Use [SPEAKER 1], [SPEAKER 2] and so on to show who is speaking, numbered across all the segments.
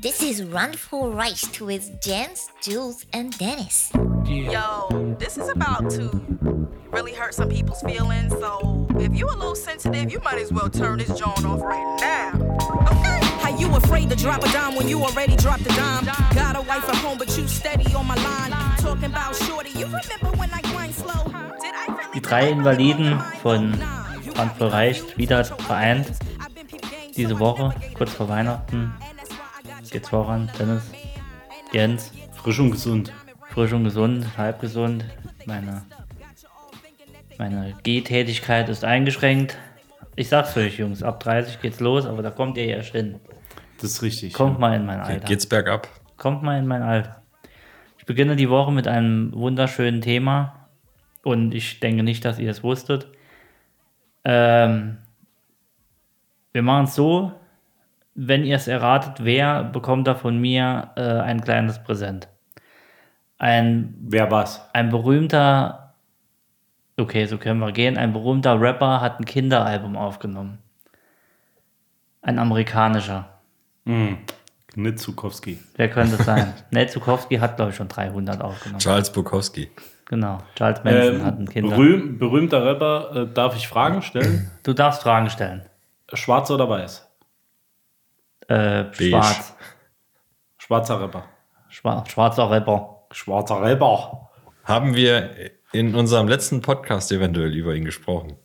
[SPEAKER 1] This is Run for Rice with Jens, Jules, and Dennis.
[SPEAKER 2] Yo, this is about to really hurt some people's feelings. So if you a little sensitive, you might as well turn this joint off right now. Okay.
[SPEAKER 3] How you afraid to drop a dime when you already dropped a dime? Got a wife at home, but you steady on my line. Talking about shorty, you remember when I grind slow? Did I really
[SPEAKER 4] Die drei Invaliden von Brandvoll Reicht wieder vereint. Diese Woche, kurz vor Weihnachten, geht's voran. Dennis, Jens,
[SPEAKER 5] Frisch und gesund.
[SPEAKER 4] frisch und gesund, halb gesund. Meine, meine Gehtätigkeit ist eingeschränkt. Ich sag's euch, Jungs, ab 30 geht's los, aber da kommt ihr ja erst hin.
[SPEAKER 5] Das ist richtig.
[SPEAKER 4] Kommt mal in mein Alter.
[SPEAKER 6] Geht's bergab?
[SPEAKER 4] Kommt mal in mein Alter. Ich beginne die Woche mit einem wunderschönen Thema und ich denke nicht, dass ihr es wusstet. Ähm, wir machen es so, wenn ihr es erratet, wer bekommt da von mir äh, ein kleines Präsent? Ein,
[SPEAKER 5] Wer was?
[SPEAKER 4] ein berühmter, okay, so können wir gehen, ein berühmter Rapper hat ein Kinderalbum aufgenommen. Ein amerikanischer.
[SPEAKER 5] Hm. Nicht Zukowski.
[SPEAKER 4] Wer könnte es sein? Ned Zukowski hat, glaube ich, schon 300 aufgenommen.
[SPEAKER 6] Charles Bukowski.
[SPEAKER 4] Genau. Charles Manson
[SPEAKER 5] Ähm,
[SPEAKER 4] hat ein Kind.
[SPEAKER 5] berühm- berühmter Rapper, äh, darf ich Fragen stellen?
[SPEAKER 4] Du darfst Fragen stellen.
[SPEAKER 5] Schwarz oder weiß?
[SPEAKER 4] Äh, schwarz.
[SPEAKER 5] Schwarzer Rapper.
[SPEAKER 4] Schwarz. Schwarzer Rapper.
[SPEAKER 5] Schwarzer Rapper.
[SPEAKER 6] Haben wir in unserem letzten Podcast eventuell über ihn gesprochen?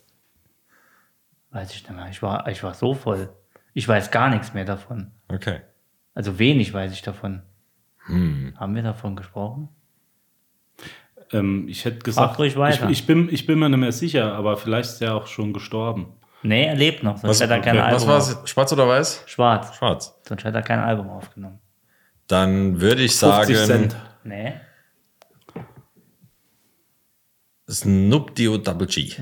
[SPEAKER 4] Weiß ich nicht mehr. Ich war, ich war so voll. Ich weiß gar nichts mehr davon.
[SPEAKER 6] Okay.
[SPEAKER 4] Also wenig weiß ich davon.
[SPEAKER 6] Hm.
[SPEAKER 4] Haben wir davon gesprochen?
[SPEAKER 5] Ähm, ich hätte gesagt,
[SPEAKER 4] Mach ruhig weiter.
[SPEAKER 5] Ich, ich, bin, ich bin mir nicht mehr sicher, aber vielleicht ist er auch schon gestorben.
[SPEAKER 4] Nee, er lebt noch, sonst
[SPEAKER 6] Was,
[SPEAKER 4] hätte er kein
[SPEAKER 6] was
[SPEAKER 4] Album.
[SPEAKER 6] war's? Schwarz oder weiß?
[SPEAKER 4] auf- Schwarz.
[SPEAKER 6] Schwarz.
[SPEAKER 4] Sonst hätte er kein Album aufgenommen.
[SPEAKER 6] Dann würde ich
[SPEAKER 5] 50
[SPEAKER 6] sagen,
[SPEAKER 5] Cent.
[SPEAKER 4] Nee.
[SPEAKER 6] Snoop Dio Double G.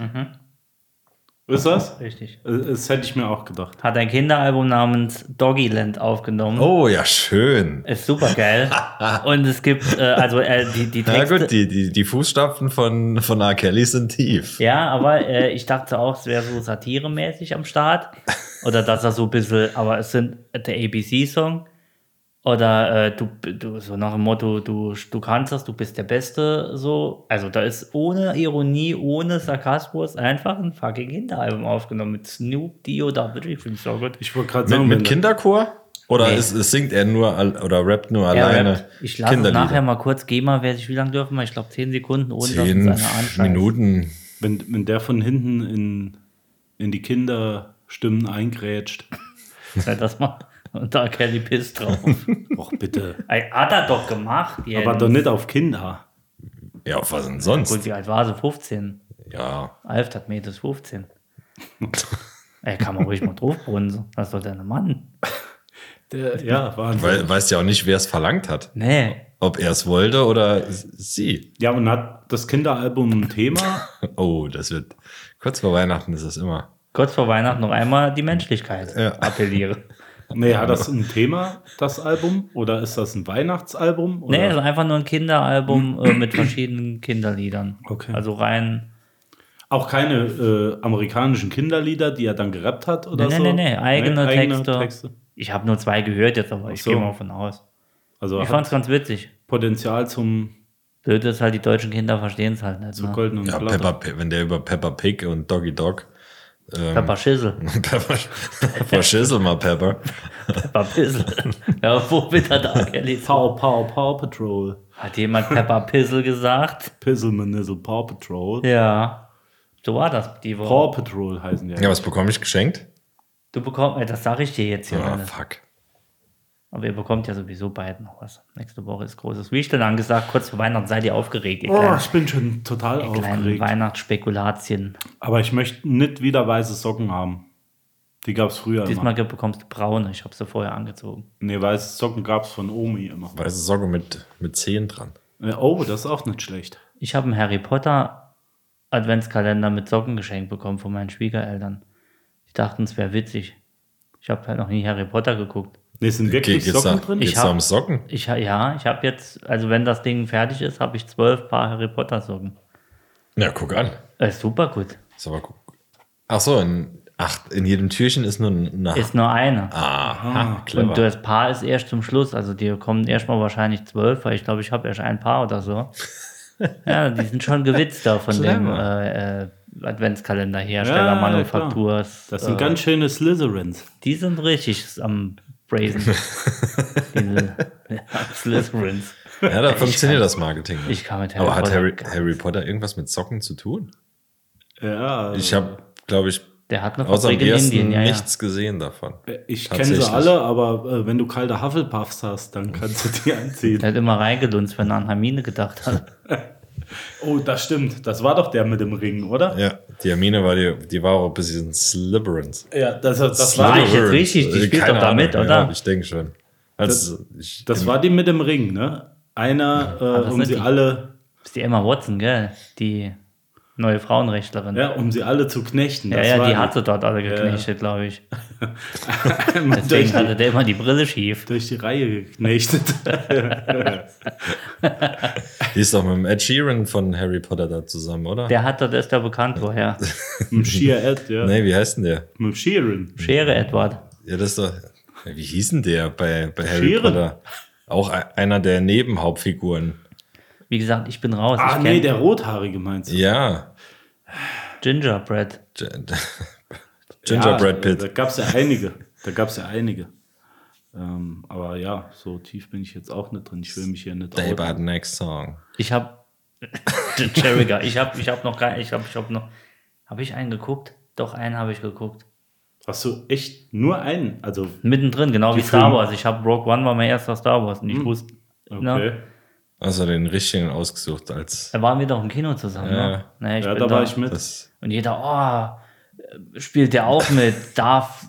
[SPEAKER 5] Ist das?
[SPEAKER 4] Richtig.
[SPEAKER 5] Äh, Das hätte ich mir auch gedacht.
[SPEAKER 4] Hat ein Kinderalbum namens Doggyland aufgenommen.
[SPEAKER 6] Oh, ja, schön.
[SPEAKER 4] Ist super geil. Und es gibt, äh, also äh, die, die
[SPEAKER 6] Na
[SPEAKER 4] Texte.
[SPEAKER 6] gut, die, die, die Fußstapfen von, von R. Kelly sind tief.
[SPEAKER 4] Ja, aber äh, ich dachte auch, es wäre so satiremäßig am Start. Oder dass er so ein bisschen, aber es sind äh, der ABC-Song. Oder äh, du, du, so nach dem Motto, du, du kannst das, du bist der Beste, so. Also da ist ohne Ironie, ohne Sarkasmus einfach ein fucking Kinderalbum aufgenommen mit Snoop, Dio, da bin ich so gut.
[SPEAKER 5] Ich wollte gerade
[SPEAKER 6] Mit,
[SPEAKER 5] sagen,
[SPEAKER 6] mit
[SPEAKER 5] wenn-
[SPEAKER 6] Kinderchor? Oder
[SPEAKER 4] Nee.
[SPEAKER 6] ist, ist singt er nur al- oder rappt nur
[SPEAKER 4] Er
[SPEAKER 6] alleine?
[SPEAKER 4] rappt. Ich lasse es
[SPEAKER 6] Kinderlieder?
[SPEAKER 4] nachher mal kurz, geh mal, wer sich wie lange dürfen wir? Ich glaube 10 Sekunden, ohne
[SPEAKER 6] Zehn
[SPEAKER 4] dass es einer anschreit.
[SPEAKER 6] Minuten.
[SPEAKER 5] wenn, wenn der von hinten in, in die Kinderstimmen eingrätscht.
[SPEAKER 4] Sei das mal. Und da Kelly Piss drauf.
[SPEAKER 5] Och, bitte.
[SPEAKER 4] Ey, Hat er doch gemacht, Jens.
[SPEAKER 5] aber doch nicht auf Kinder.
[SPEAKER 6] Ja, auf was denn
[SPEAKER 4] Gut,
[SPEAKER 6] sonst?
[SPEAKER 4] wie alt war sie? 15.
[SPEAKER 6] Ja,
[SPEAKER 4] Alf hat mir das 15. Ey, kann man ruhig mal draufbrunsen. Was soll denn ein Mann?
[SPEAKER 5] Der, ja, Wahnsinn.
[SPEAKER 6] weil weißt ja auch nicht, wer es verlangt hat.
[SPEAKER 4] Nee.
[SPEAKER 6] Ob er es wollte oder s- sie.
[SPEAKER 5] ja, und hat das Kinderalbum ein Thema?
[SPEAKER 6] Oh, das wird. Kurz vor Weihnachten ist es immer.
[SPEAKER 4] Kurz vor Weihnachten noch einmal die Menschlichkeit
[SPEAKER 6] Ja.
[SPEAKER 4] appelliere.
[SPEAKER 5] Nee, hat das ein Thema, das Album? Oder ist das ein Weihnachtsalbum? Oder?
[SPEAKER 4] Nee, es ist einfach nur ein Kinderalbum äh, mit verschiedenen Kinderliedern.
[SPEAKER 5] Okay.
[SPEAKER 4] Also rein.
[SPEAKER 5] Auch keine äh, amerikanischen Kinderlieder, die er dann gerappt hat oder
[SPEAKER 4] Nee, nee,
[SPEAKER 5] so?
[SPEAKER 4] nee, nee. Eigene, Texte. Ich habe nur zwei gehört jetzt, aber ich
[SPEAKER 5] so.
[SPEAKER 4] gehe mal von aus.
[SPEAKER 5] Also
[SPEAKER 4] Ich
[SPEAKER 5] hat
[SPEAKER 4] fand es ganz witzig.
[SPEAKER 5] Potenzial zum,
[SPEAKER 4] Blöd ist halt, die deutschen Kinder verstehen es halt nicht.
[SPEAKER 5] zum
[SPEAKER 4] Ne?
[SPEAKER 5] goldenen
[SPEAKER 6] Ja,
[SPEAKER 5] Platte.
[SPEAKER 6] Peppa, Pig- wenn der über Peppa Pig und Doggy Dog.
[SPEAKER 4] Pepper Schissel.
[SPEAKER 6] Pepper, Pepper Schissel mal Pepper.
[SPEAKER 4] Pepper Pissel. ja, wo bitte da, Kelly?
[SPEAKER 5] Pow, Pow, Paw Patrol.
[SPEAKER 4] Hat jemand Pepper Pissel gesagt?
[SPEAKER 5] Pizzlemanizzle, Paw Patrol.
[SPEAKER 4] Ja. So war das die Woche.
[SPEAKER 5] Paw Patrol heißen die.
[SPEAKER 6] Ja, was bekomme ich geschenkt?
[SPEAKER 4] Du bekommst, äh, das sage ich dir jetzt hier
[SPEAKER 6] Ah,
[SPEAKER 4] alles.
[SPEAKER 6] fuck.
[SPEAKER 4] Aber ihr bekommt ja sowieso beide noch was. Nächste Woche ist großes Wichteln angesagt. Kurz vor Weihnachten seid ihr aufgeregt, ihr
[SPEAKER 5] Oh,
[SPEAKER 4] kleinen,
[SPEAKER 5] ich bin schon total
[SPEAKER 4] ihr kleinen
[SPEAKER 5] aufgeregt.
[SPEAKER 4] Weihnachtsspekulatien.
[SPEAKER 5] Aber ich möchte nicht wieder weiße Socken haben. Die gab es früher immer.
[SPEAKER 4] Diesmal ge- bekommst du braune. Ich habe sie vorher angezogen.
[SPEAKER 5] Nee, weiße Socken gab es von Omi immer.
[SPEAKER 6] Weiße Socke mit, mit Zehen dran.
[SPEAKER 5] Äh, Oh, das ist auch nicht schlecht.
[SPEAKER 4] Ich habe einen Harry Potter Adventskalender mit Socken geschenkt bekommen von meinen Schwiegereltern. Die dachten, es wäre witzig. Ich habe halt noch nie Harry Potter geguckt.
[SPEAKER 5] Nee, sind
[SPEAKER 6] Geht
[SPEAKER 5] wirklich
[SPEAKER 6] es da,
[SPEAKER 5] Socken drin?
[SPEAKER 6] geht's
[SPEAKER 4] Ich
[SPEAKER 6] da
[SPEAKER 4] hab-
[SPEAKER 6] um Socken?
[SPEAKER 4] Ich, ha- ja, ich habe jetzt, also wenn das Ding fertig ist, habe ich zwölf Paar Harry Potter Socken.
[SPEAKER 6] Ja, guck an.
[SPEAKER 4] Äh, super gut.
[SPEAKER 6] Ist aber gu- Ach so, ein, Ach, in jedem Türchen ist nur eine
[SPEAKER 4] Ist nur eine.
[SPEAKER 5] Ah,
[SPEAKER 6] Aha,
[SPEAKER 4] Und äh,
[SPEAKER 6] clever.
[SPEAKER 4] das Paar ist erst zum Schluss. Also die kommen erstmal wahrscheinlich zwölf, weil ich glaube, ich habe erst ein Paar oder so. ja, die sind schon gewitzt da von dem äh, äh, Adventskalender-Hersteller,
[SPEAKER 5] Ja, ja,
[SPEAKER 4] Manufaktur.
[SPEAKER 5] Das sind
[SPEAKER 4] äh,
[SPEAKER 5] ganz schöne Slytherins.
[SPEAKER 4] Die sind richtig am Brazen. Diese Slytherins.
[SPEAKER 6] Ja, da funktioniert das Marketing. ne?
[SPEAKER 4] Ich kann mit Harry
[SPEAKER 6] Aber hat
[SPEAKER 4] Potter
[SPEAKER 6] Harry,
[SPEAKER 4] gar
[SPEAKER 6] Harry Potter irgendwas mit Socken zu tun?
[SPEAKER 5] Ja, also
[SPEAKER 4] Äh,
[SPEAKER 6] Ich habe, glaube ich,
[SPEAKER 4] Der hat eine
[SPEAKER 6] außer am
[SPEAKER 4] Fabrik in
[SPEAKER 6] ersten
[SPEAKER 4] Indien, ja, Äh, ja.
[SPEAKER 6] nichts gesehen davon.
[SPEAKER 5] ich kenne
[SPEAKER 6] Tatsächlich.
[SPEAKER 5] sie alle, aber äh, wenn du kalte Hufflepuffs hast, dann kannst du die anziehen.
[SPEAKER 4] Der hat immer reingelunzt, wenn er an Hermine gedacht hat.
[SPEAKER 5] Oh, das stimmt. Das war doch der mit dem Ring, oder?
[SPEAKER 6] Ja, die Amine war die, die war auch ein bisschen Slytherins.
[SPEAKER 5] Ja, das, das,
[SPEAKER 4] war
[SPEAKER 5] war,
[SPEAKER 4] ich jetzt richtig? Die
[SPEAKER 6] Äh,
[SPEAKER 4] spielt
[SPEAKER 6] keine
[SPEAKER 4] doch da mit,
[SPEAKER 6] Ahnung,
[SPEAKER 4] oder?
[SPEAKER 6] Ja, ich denke schon. Also, ich,
[SPEAKER 5] das war die mit dem Ring, ne? Einer, äh,
[SPEAKER 4] Ah, das
[SPEAKER 5] um
[SPEAKER 4] sind
[SPEAKER 5] sie
[SPEAKER 4] die.
[SPEAKER 5] alle,
[SPEAKER 4] Ist die Emma Watson, gell? Die neue Frauenrechtlerin. Ja,
[SPEAKER 5] ja, um sie alle zu knechten.
[SPEAKER 4] ja,
[SPEAKER 5] Das war
[SPEAKER 4] die hat sie dort alle geknechtet, glaube ich.
[SPEAKER 5] einmal durch,
[SPEAKER 4] Deswegen
[SPEAKER 5] die,
[SPEAKER 4] hatte der immer die Brille schief.
[SPEAKER 5] durch die Reihe geknechtet.
[SPEAKER 6] die ist doch mit dem Ed Sheeran von Harry Potter da zusammen, oder?
[SPEAKER 4] Der hat dort, der ist ja bekannt, woher.
[SPEAKER 5] mit dem Sheer Ed, ja.
[SPEAKER 6] Nee, wie heißt denn der?
[SPEAKER 5] Mit dem Sheeran.
[SPEAKER 4] Schere Edward.
[SPEAKER 6] Ja, das ist doch. Ja, Wie hieß denn der bei, bei Harry
[SPEAKER 5] Sheeran?
[SPEAKER 6] Potter? Auch e- einer der Nebenhauptfiguren.
[SPEAKER 4] Wie gesagt, ich bin raus.
[SPEAKER 5] Ah,
[SPEAKER 4] ich
[SPEAKER 5] nee,
[SPEAKER 4] kenn
[SPEAKER 5] der Rothaarige meinst du.
[SPEAKER 6] Ja.
[SPEAKER 4] Gingerbread.
[SPEAKER 6] G- Gingerbread
[SPEAKER 5] ja, Da
[SPEAKER 6] Pitt.
[SPEAKER 5] gab es ja einige. Da gab es ja einige. Ähm, aber ja, so tief bin ich jetzt auch nicht drin. Ich will mich hier nicht
[SPEAKER 6] They
[SPEAKER 5] outen.
[SPEAKER 6] bought the next song.
[SPEAKER 4] Ich habe Jerriger. Ich habe ich hab noch gar ich habe ich habe noch habe ich einen geguckt? Doch einen habe ich geguckt.
[SPEAKER 5] Hast du echt nur einen? Also,
[SPEAKER 4] Mittendrin, genau wie
[SPEAKER 5] Filme.
[SPEAKER 4] Star Wars. Ich habe Rogue One war mein erster Star Wars und
[SPEAKER 5] Hm.
[SPEAKER 4] ich wusste,
[SPEAKER 5] okay.
[SPEAKER 4] na,
[SPEAKER 6] Also den richtigen ausgesucht als.
[SPEAKER 4] da waren wir doch im Kino zusammen.
[SPEAKER 6] Ja.
[SPEAKER 4] Ne? Nee, ich
[SPEAKER 5] Ja,
[SPEAKER 4] bin
[SPEAKER 5] da war ich mit.
[SPEAKER 6] Das,
[SPEAKER 4] Und jeder, oh, spielt der auch mit, darf,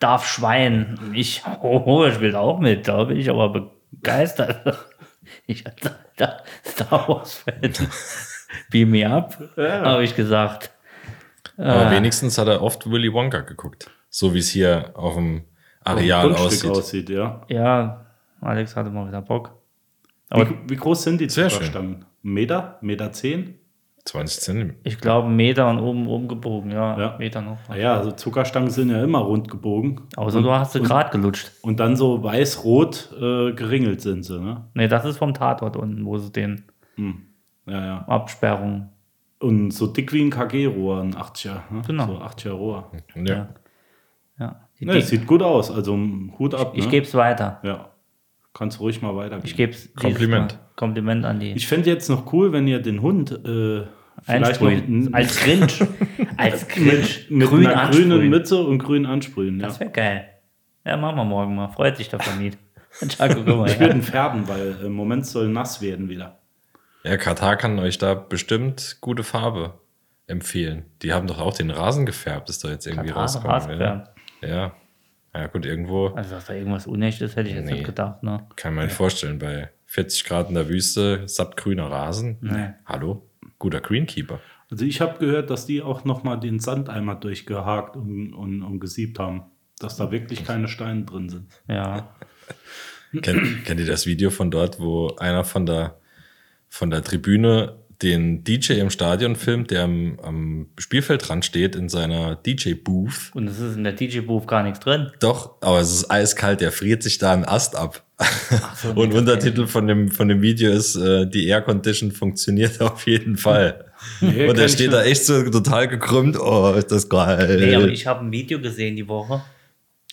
[SPEAKER 4] darf Schwein. Und ich, oh, er spielt auch mit, da bin ich aber begeistert. Ich als alter Star Wars-Fan, beam me up, habe ich gesagt.
[SPEAKER 6] aber wenigstens hat er oft Willy Wonka geguckt. So wie es hier auf dem Areal
[SPEAKER 5] Grundstück
[SPEAKER 6] aussieht.
[SPEAKER 5] aussieht, ja.
[SPEAKER 4] Ja, Alex hatte mal wieder Bock. Aber
[SPEAKER 5] Wie, wie groß sind die
[SPEAKER 6] Sehr
[SPEAKER 5] Zuckerstangen? Meter? Meter zehn?
[SPEAKER 6] 20 Zentimeter.
[SPEAKER 4] ich glaube, einen Meter und oben rumgebogen, ja,
[SPEAKER 5] Ja.
[SPEAKER 4] Meter noch.
[SPEAKER 5] Ah ja, also Zuckerstangen sind ja immer rund gebogen
[SPEAKER 4] Außer du hast sie gerade gelutscht.
[SPEAKER 5] und dann so weiß-rot äh, geringelt sind sie, ne?
[SPEAKER 4] Nee, das ist vom Tatort unten, wo sie den
[SPEAKER 5] Ja, ja.
[SPEAKER 4] Absperrungen.
[SPEAKER 5] Und so dick wie ein KG-Rohr, ein 80er. Ne?
[SPEAKER 4] Genau.
[SPEAKER 5] So 80er Rohr.
[SPEAKER 6] Hm. Ja.
[SPEAKER 4] Ja. Die
[SPEAKER 5] Ne,
[SPEAKER 4] Ding-
[SPEAKER 5] es sieht gut aus, also Hut ab.
[SPEAKER 4] ich
[SPEAKER 5] ne?
[SPEAKER 4] gebe es weiter.
[SPEAKER 5] Ja, kannst ruhig mal weitergehen.
[SPEAKER 4] Ich gebe es
[SPEAKER 6] Kompliment.
[SPEAKER 4] Kompliment an die.
[SPEAKER 5] Ich fände jetzt noch cool, wenn ihr den Hund äh, vielleicht noch
[SPEAKER 4] Einsprühen.
[SPEAKER 5] n-
[SPEAKER 4] Als Grinch. Als Grinch.
[SPEAKER 5] mit, mit
[SPEAKER 4] Grün
[SPEAKER 5] einer
[SPEAKER 4] ansprühen.
[SPEAKER 5] grünen Mütze und grün ansprühen. Ja.
[SPEAKER 4] Das wäre geil. Ja, machen wir morgen mal. Freut sich der Familie. Chaco, guck mal,
[SPEAKER 5] Ich würde
[SPEAKER 4] ja.
[SPEAKER 5] ihn färben, weil im Moment soll nass werden wieder.
[SPEAKER 6] Ja, Katar kann euch da bestimmt gute Farbe empfehlen. Die haben doch auch den Rasen gefärbt, ist da jetzt irgendwie
[SPEAKER 4] Katar hat
[SPEAKER 6] rausgekommen. Ja.
[SPEAKER 4] Rasenfärben.
[SPEAKER 6] ja. Ja, gut, irgendwo
[SPEAKER 4] Also, dass da irgendwas Unechtes hätte ich jetzt
[SPEAKER 6] Nee.
[SPEAKER 4] nicht gedacht. Ne?
[SPEAKER 6] kann man vorstellen, bei 40 Grad in der Wüste, sattgrüner Rasen. Hallo? Guter Greenkeeper.
[SPEAKER 5] Also ich habe gehört, dass die auch nochmal den Sandeimer durchgehakt und, und, und gesiebt haben. Dass da wirklich keine Steine drin sind.
[SPEAKER 4] Ja.
[SPEAKER 6] Kennt, kennt ihr das Video von dort, wo einer von der, von der Tribüne den DJ im Stadion filmt, der am, am Spielfeldrand steht in seiner DJ-Booth?
[SPEAKER 4] Und es ist in der DJ-Booth gar nichts drin.
[SPEAKER 6] Doch, aber es ist eiskalt, der friert sich da einen Ast ab. und Untertitel von dem, von dem Video ist, äh, die Air Condition funktioniert auf jeden Fall.
[SPEAKER 5] Nee,
[SPEAKER 6] und
[SPEAKER 5] kann
[SPEAKER 6] er
[SPEAKER 5] ich
[SPEAKER 6] steht
[SPEAKER 5] schon-
[SPEAKER 6] da eh- echt so total gekrümmt, oh, ist das geil.
[SPEAKER 4] Nee, aber ich habe ein Video gesehen die Woche.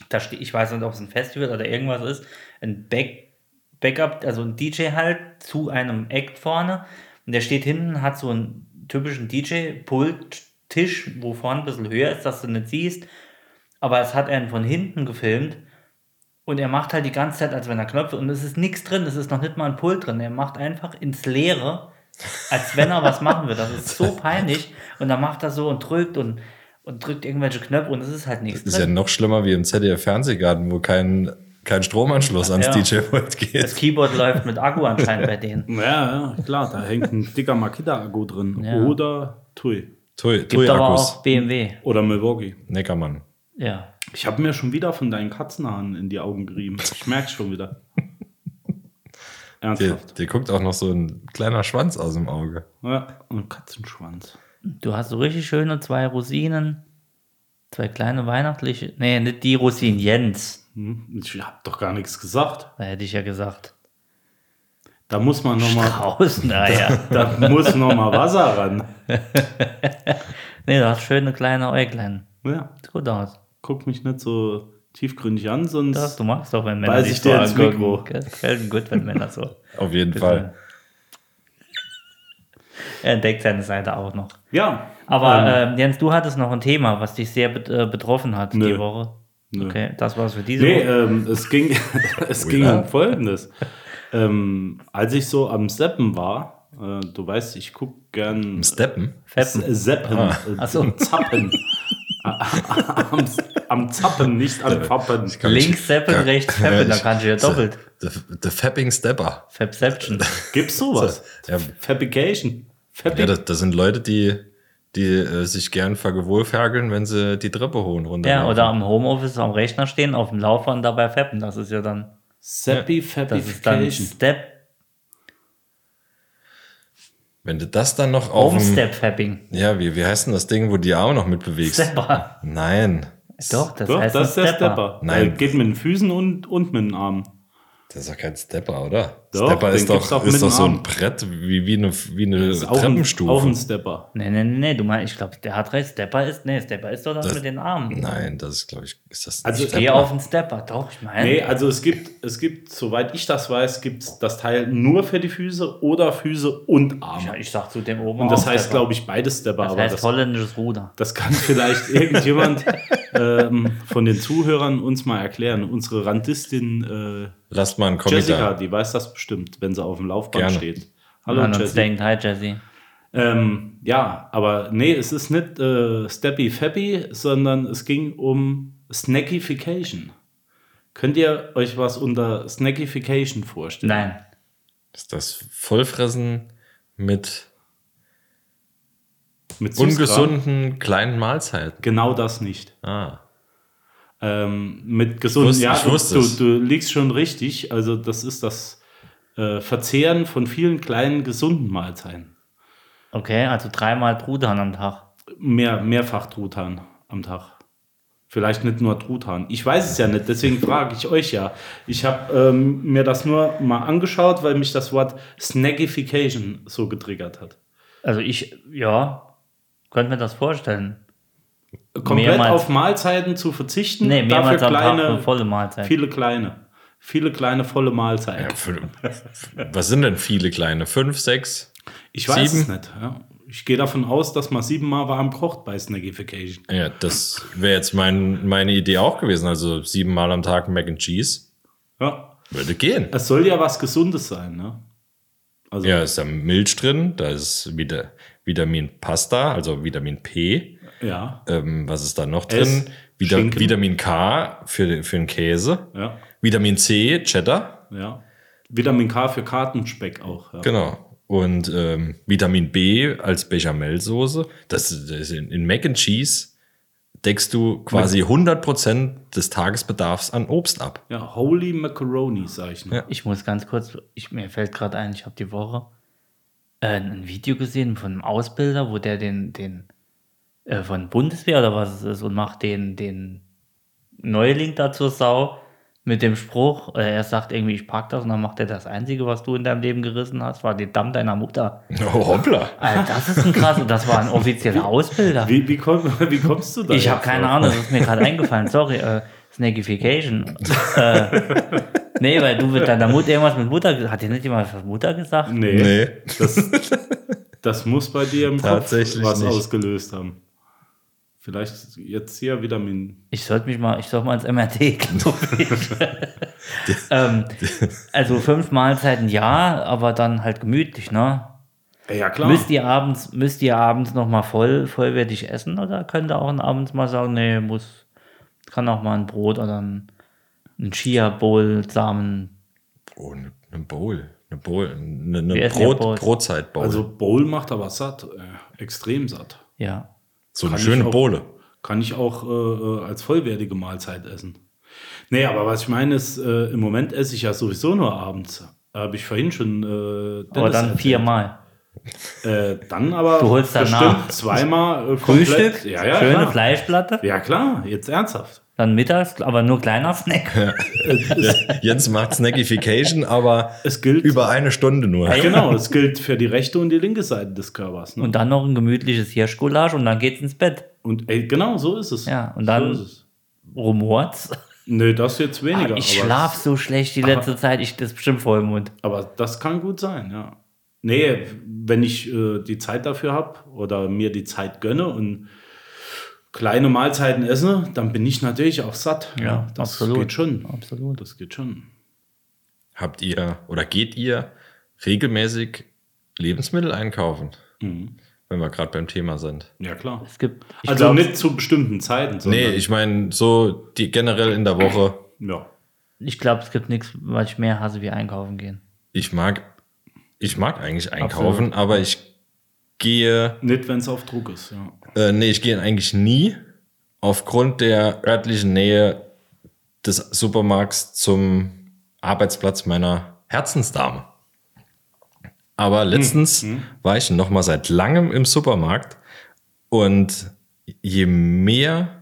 [SPEAKER 4] Da steht, ich weiß nicht, ob es ein Festival oder irgendwas ist. Ein Back, Backup, also ein DJ halt zu einem Act vorne. Und der steht hinten, hat so einen typischen DJ-Pult-Tisch, wo vorne ein bisschen höher ist, dass du nicht siehst. Aber es hat einen von hinten gefilmt. Und er macht halt die ganze Zeit, als wenn er Knöpfe und es ist nichts drin, es ist noch nicht mal ein Pult drin. Er macht einfach ins Leere, als wenn er was machen würde. Das ist so peinlich. Und dann macht er so und drückt und, und drückt irgendwelche Knöpfe und es ist halt nichts
[SPEAKER 6] ist ja
[SPEAKER 4] drin.
[SPEAKER 6] noch schlimmer wie im ZDF-Fernsehgarten, wo kein, kein Stromanschluss ans
[SPEAKER 4] Ja.
[SPEAKER 6] DJ-Pult
[SPEAKER 4] Das
[SPEAKER 6] geht.
[SPEAKER 4] Keyboard läuft mit Akku anscheinend bei denen.
[SPEAKER 5] Ja, ja, klar, da hängt ein dicker Makita-Akku drin.
[SPEAKER 4] Ja.
[SPEAKER 5] Oder Tui.
[SPEAKER 6] Tui,
[SPEAKER 4] Gibt
[SPEAKER 6] Tui
[SPEAKER 4] aber
[SPEAKER 6] Akkus,
[SPEAKER 4] auch BMW.
[SPEAKER 5] Oder Milwaukee.
[SPEAKER 6] Neckermann.
[SPEAKER 4] Ja.
[SPEAKER 5] Ich habe mir schon wieder von deinen Katzenhaaren in die Augen gerieben. Ich merke schon wieder.
[SPEAKER 6] Dir,
[SPEAKER 5] Ernsthaft.
[SPEAKER 6] dir guckt auch noch so ein kleiner Schwanz aus dem Auge.
[SPEAKER 5] Ja, und Katzenschwanz.
[SPEAKER 4] Du hast so richtig schöne zwei Rosinen Zwei kleine weihnachtliche. Nee, nicht die Rosinen, Jens.
[SPEAKER 5] Hm? Ich hab doch gar nichts gesagt.
[SPEAKER 4] Da hätte ich ja gesagt.
[SPEAKER 5] Da muss man nochmal
[SPEAKER 4] Raus, naja.
[SPEAKER 5] da muss noch mal Wasser ran.
[SPEAKER 4] nee, du hast schöne kleine Äuglein.
[SPEAKER 5] Ja,
[SPEAKER 4] Sieht gut aus.
[SPEAKER 5] guck mich nicht so tiefgründig an, sonst
[SPEAKER 4] Das, du magst doch, wenn Männer
[SPEAKER 5] Beiß
[SPEAKER 4] dich
[SPEAKER 5] ich dir
[SPEAKER 4] so
[SPEAKER 5] ins
[SPEAKER 4] angucken.
[SPEAKER 5] Mikro.
[SPEAKER 4] Gell? Gefällt mir gut, wenn Männer so.
[SPEAKER 6] Auf jeden Fall.
[SPEAKER 4] Er entdeckt seine Seite auch noch.
[SPEAKER 5] Ja.
[SPEAKER 4] Aber
[SPEAKER 5] ähm,
[SPEAKER 4] ähm, Jens, du hattest noch ein Thema, was dich sehr bet- äh, betroffen hat
[SPEAKER 5] Nö.
[SPEAKER 4] die Woche.
[SPEAKER 5] Nö.
[SPEAKER 4] Okay, das war's für diese
[SPEAKER 5] nee,
[SPEAKER 4] Woche.
[SPEAKER 5] ähm, es ging,
[SPEAKER 4] Oh
[SPEAKER 5] es ging
[SPEAKER 6] Ui,
[SPEAKER 5] um Folgendes. ähm, als ich so am Seppen war, äh, du weißt, ich guck gern
[SPEAKER 6] Steppen.
[SPEAKER 4] Feppen.
[SPEAKER 5] Seppen,
[SPEAKER 4] Ah, Ach
[SPEAKER 5] äh,
[SPEAKER 4] so.
[SPEAKER 5] Zappen. am, am Zappen, nicht
[SPEAKER 4] Äh,
[SPEAKER 5] am Fappen.
[SPEAKER 4] Links Seppen, rechts Feppen, da kannst du ja doppelt.
[SPEAKER 6] The, the Fapping Stepper.
[SPEAKER 4] Fabception.
[SPEAKER 5] Gibt's sowas?
[SPEAKER 6] Ja,
[SPEAKER 5] Fabrication.
[SPEAKER 6] ja
[SPEAKER 5] Fabric
[SPEAKER 6] das, das sind Leute, die, die äh, sich gern vergewohlfergeln, wenn sie die Treppe holen runter.
[SPEAKER 4] Ja, oder am Homeoffice am Rechner stehen, auf dem Laufband dabei Feppen. Das ist ja dann,
[SPEAKER 5] Seppi
[SPEAKER 4] das ist dann
[SPEAKER 5] Fabrication.
[SPEAKER 4] Step,
[SPEAKER 6] Wenn du das dann noch auf dem,
[SPEAKER 4] Home-Step-Fapping.
[SPEAKER 6] Ja, wie, wie heißt denn das Ding, wo du die Arme noch mitbewegst?
[SPEAKER 4] Stepper.
[SPEAKER 6] Nein.
[SPEAKER 4] Doch, das
[SPEAKER 5] Doch,
[SPEAKER 4] heißt
[SPEAKER 5] das ist
[SPEAKER 4] ein
[SPEAKER 5] der
[SPEAKER 4] Stepper.
[SPEAKER 5] Stepper.
[SPEAKER 6] Nein.
[SPEAKER 5] Der geht mit den Füßen und, und mit den Armen.
[SPEAKER 6] Das ist doch kein Stepper, oder?
[SPEAKER 5] Doch,
[SPEAKER 6] Stepper
[SPEAKER 5] den
[SPEAKER 6] ist doch,
[SPEAKER 5] gibt's auch mit
[SPEAKER 6] ist doch
[SPEAKER 5] dem
[SPEAKER 6] so ein
[SPEAKER 5] Arm.
[SPEAKER 6] Brett, wie, wie eine, wie eine
[SPEAKER 5] Ist auch ein,
[SPEAKER 6] Treppenstufe.
[SPEAKER 5] auch ein Stepper.
[SPEAKER 4] Nee, nee, nee, nee, du meinst, ich glaube, der hat recht. Stepper ist, nee, Stepper ist doch das,
[SPEAKER 6] Das-
[SPEAKER 4] mit den Armen.
[SPEAKER 6] Nein, das ist, glaube ich, ist das ein
[SPEAKER 5] Also,
[SPEAKER 6] Stepper?
[SPEAKER 4] Geh auf den Stepper, doch, ich meine.
[SPEAKER 5] Nee, also es gibt, es gibt, soweit ich das weiß, gibt es das Teil nur für die Füße oder Füße und
[SPEAKER 4] ja,
[SPEAKER 5] Arme.
[SPEAKER 4] ich sag zu dem oben
[SPEAKER 5] und das
[SPEAKER 4] auch
[SPEAKER 5] heißt,
[SPEAKER 4] Stepper.
[SPEAKER 5] glaube ich, beide Stepper.
[SPEAKER 4] das
[SPEAKER 5] aber
[SPEAKER 4] heißt
[SPEAKER 5] das,
[SPEAKER 4] holländisches Ruder.
[SPEAKER 5] das kann vielleicht irgendjemand ähm, von den Zuhörern uns mal erklären. Unsere Randistin
[SPEAKER 6] Lasst mal einen
[SPEAKER 5] äh,
[SPEAKER 6] Kommentar.
[SPEAKER 5] Jessica, die weiß das bestimmt, wenn sie auf dem Laufband
[SPEAKER 6] Gerne.
[SPEAKER 5] steht. Hallo
[SPEAKER 4] Wenn man uns
[SPEAKER 5] Jessica.
[SPEAKER 4] denkt, hi Jesse.
[SPEAKER 5] Ähm, ja, aber nee, es ist nicht äh, Steppy Fappy, sondern es ging um Snackification. Könnt ihr euch was unter Snackification vorstellen?
[SPEAKER 4] Nein.
[SPEAKER 6] Ist das Vollfressen mit
[SPEAKER 5] Mit Süßkram?
[SPEAKER 6] ungesunden kleinen Mahlzeiten?
[SPEAKER 5] Genau das nicht.
[SPEAKER 6] Ah.
[SPEAKER 5] Ähm, mit gesunden,
[SPEAKER 6] Wusste-
[SPEAKER 5] ja,
[SPEAKER 6] ich
[SPEAKER 5] du,
[SPEAKER 6] wusste es.
[SPEAKER 5] du, du liegst schon richtig. Also das ist das äh, Verzehren von vielen kleinen gesunden Mahlzeiten.
[SPEAKER 4] Okay, also dreimal Trudan am Tag.
[SPEAKER 5] Mehr, mehrfach Truthahn am Tag. Vielleicht nicht nur Truthahn. Ich weiß es ja nicht, deswegen frage ich euch ja. Ich habe ähm, mir das nur mal angeschaut, weil mich das Wort Snackification so getriggert hat.
[SPEAKER 4] Also ich, ja, könnte mir das vorstellen.
[SPEAKER 5] Komplett
[SPEAKER 4] Mehrmals-
[SPEAKER 5] auf Mahlzeiten zu verzichten,
[SPEAKER 4] Nee,
[SPEAKER 5] dafür
[SPEAKER 4] mehrmals am Tag
[SPEAKER 5] kleine,
[SPEAKER 4] eine volle Mahlzeit.
[SPEAKER 5] viele kleine, viele kleine volle
[SPEAKER 6] Ja,
[SPEAKER 5] Mahlzeiten.
[SPEAKER 6] für, was sind denn viele kleine? Fünf, sechs?
[SPEAKER 5] ich weiß es
[SPEAKER 6] sieben?
[SPEAKER 5] nicht. Ja. Ich gehe davon aus, dass man siebenmal warm kocht bei Snackification.
[SPEAKER 6] Ja, das wäre jetzt mein, meine Idee auch gewesen. Also siebenmal am Tag Mac and Cheese.
[SPEAKER 5] Ja.
[SPEAKER 6] Würde gehen.
[SPEAKER 5] Es soll ja was Gesundes sein, ne? Also
[SPEAKER 6] Ja, ist da Milch drin, da ist wieder Vitamin Pasta, also Vitamin P.
[SPEAKER 5] ja,
[SPEAKER 6] Ähm, was ist da noch
[SPEAKER 5] S,
[SPEAKER 6] drin? Vita
[SPEAKER 5] Schinken.
[SPEAKER 6] Vitamin K für, den- für den Käse.
[SPEAKER 5] ja.
[SPEAKER 6] Vitamin C, Cheddar.
[SPEAKER 5] ja. Vitamin K für Kartenspeck auch. Ja.
[SPEAKER 6] Genau. Und ähm, Vitamin B als Bechamelsoße. Das, das ist in, in Mac and Cheese deckst du quasi 100% des Tagesbedarfs an Obst ab.
[SPEAKER 5] Ja, Holy Macaroni, sag ich nur.
[SPEAKER 6] Ja.
[SPEAKER 4] Ich muss ganz kurz, ich, mir fällt gerade ein, ich habe die Woche äh, ein Video gesehen von einem Ausbilder, wo der den, den äh, von Bundeswehr oder was es ist und macht den, den Neuling da zur Sau mit dem Spruch, äh, er sagt irgendwie, ich pack das und dann macht er das Einzige, was du in deinem Leben gerissen hast, war den Damm deiner Mutter.
[SPEAKER 6] Oh, hoppla.
[SPEAKER 4] Alter, das ist ein krasser, das war ein offizieller Ausbilder.
[SPEAKER 5] Wie, wie, komm, wie kommst du da?
[SPEAKER 4] Ich habe
[SPEAKER 5] jetzt
[SPEAKER 4] keine
[SPEAKER 5] drauf?
[SPEAKER 4] Ahnung, das ist mir gerade eingefallen. Sorry, äh, Snackification. äh, nee, weil du mit deiner Mutter irgendwas mit Mutter gesagt Hat dir nicht jemand was Mutter gesagt?
[SPEAKER 5] Nee,
[SPEAKER 6] Nee.
[SPEAKER 5] Das, das muss bei dir im Kopf
[SPEAKER 6] Tatsächlich
[SPEAKER 5] was
[SPEAKER 6] nicht.
[SPEAKER 5] ausgelöst haben. Vielleicht jetzt hier Vitamin.
[SPEAKER 4] Ich sollte mich mal, ich sollte mal ins MRT, glaube ich. ähm, also fünf Mahlzeiten ja, aber dann halt gemütlich, ne?
[SPEAKER 5] Ja, klar.
[SPEAKER 4] Müsst ihr abends, müsst ihr abends nochmal voll, vollwertig essen oder könnt ihr auch abends mal sagen, nee, muss, kann auch mal ein Brot oder ein, ein Chia-Bowl-Samen.
[SPEAKER 6] Oh, eine ne Bowl. Eine Bowl. Eine
[SPEAKER 4] Wir
[SPEAKER 6] ne
[SPEAKER 4] essen ja
[SPEAKER 6] Brot,
[SPEAKER 4] Bowls.
[SPEAKER 6] Brotzeit-Bowl.
[SPEAKER 5] also Bowl macht aber satt. Äh, extrem satt.
[SPEAKER 4] Ja,
[SPEAKER 6] so eine
[SPEAKER 5] kann ich
[SPEAKER 6] schöne
[SPEAKER 5] auch-
[SPEAKER 6] Bowle.
[SPEAKER 5] Kann ich auch äh, äh, als vollwertige Mahlzeit essen. Nee, aber was ich meine ist, äh, im Moment esse ich ja sowieso nur abends. Habe ich vorhin schon äh,
[SPEAKER 4] aber
[SPEAKER 5] Dennis
[SPEAKER 4] dann
[SPEAKER 5] erzählt.
[SPEAKER 4] viermal.
[SPEAKER 5] Äh, dann aber
[SPEAKER 4] Du holst danach
[SPEAKER 5] bestimmt zweimal äh, komplett-
[SPEAKER 4] Frühstück,
[SPEAKER 5] Ja, ja,
[SPEAKER 4] schöne
[SPEAKER 5] klar.
[SPEAKER 4] Fleischplatte,
[SPEAKER 5] Ja klar, jetzt ernsthaft.
[SPEAKER 4] dann mittags, aber nur kleiner Snack.
[SPEAKER 6] Jens macht Snackification, aber
[SPEAKER 5] Es gilt
[SPEAKER 6] über eine Stunde nur.
[SPEAKER 5] Genau, es gilt für die rechte und die linke Seite des Körpers. Ne?
[SPEAKER 4] Und dann noch ein gemütliches Hirschgulasch und dann geht's ins Bett.
[SPEAKER 5] Und ey, genau, so ist es.
[SPEAKER 4] Ja, und dann-
[SPEAKER 5] So ist es.
[SPEAKER 4] Rumort's.
[SPEAKER 5] Nö, das jetzt weniger.
[SPEAKER 4] Ah, Ich
[SPEAKER 5] aber-
[SPEAKER 4] schlaf so schlecht die letzte Zeit, ich, das ist bestimmt Vollmond.
[SPEAKER 5] Aber das kann gut sein, ja. Nee, wenn ich äh, die Zeit dafür habe oder mir die Zeit gönne und kleine Mahlzeiten esse, dann bin ich natürlich auch satt. Ja, das
[SPEAKER 4] absolut.
[SPEAKER 5] geht schon.
[SPEAKER 4] Absolut.
[SPEAKER 5] Das geht schon.
[SPEAKER 6] Habt ihr oder geht ihr regelmäßig Lebensmittel einkaufen?
[SPEAKER 5] Mhm.
[SPEAKER 6] Wenn wir gerade beim Thema sind.
[SPEAKER 5] Ja, klar.
[SPEAKER 4] Es gibt, ich
[SPEAKER 5] also
[SPEAKER 4] glaub,
[SPEAKER 5] nicht zu bestimmten Zeiten, sondern
[SPEAKER 6] Nee, ich meine, so die generell in der Woche.
[SPEAKER 5] ja.
[SPEAKER 4] ich glaub, es gibt nichts, was ich mehr hasse, wie einkaufen gehen.
[SPEAKER 6] Ich mag, ich mag eigentlich einkaufen, aber ich gehe,
[SPEAKER 5] Nicht, wenn es auf Druck ist, ja.
[SPEAKER 6] äh, nee, ich gehe eigentlich nie aufgrund der örtlichen Nähe des Supermarkts zum Arbeitsplatz meiner Herzensdame. Aber letztens war ich noch mal seit langem im Supermarkt und je mehr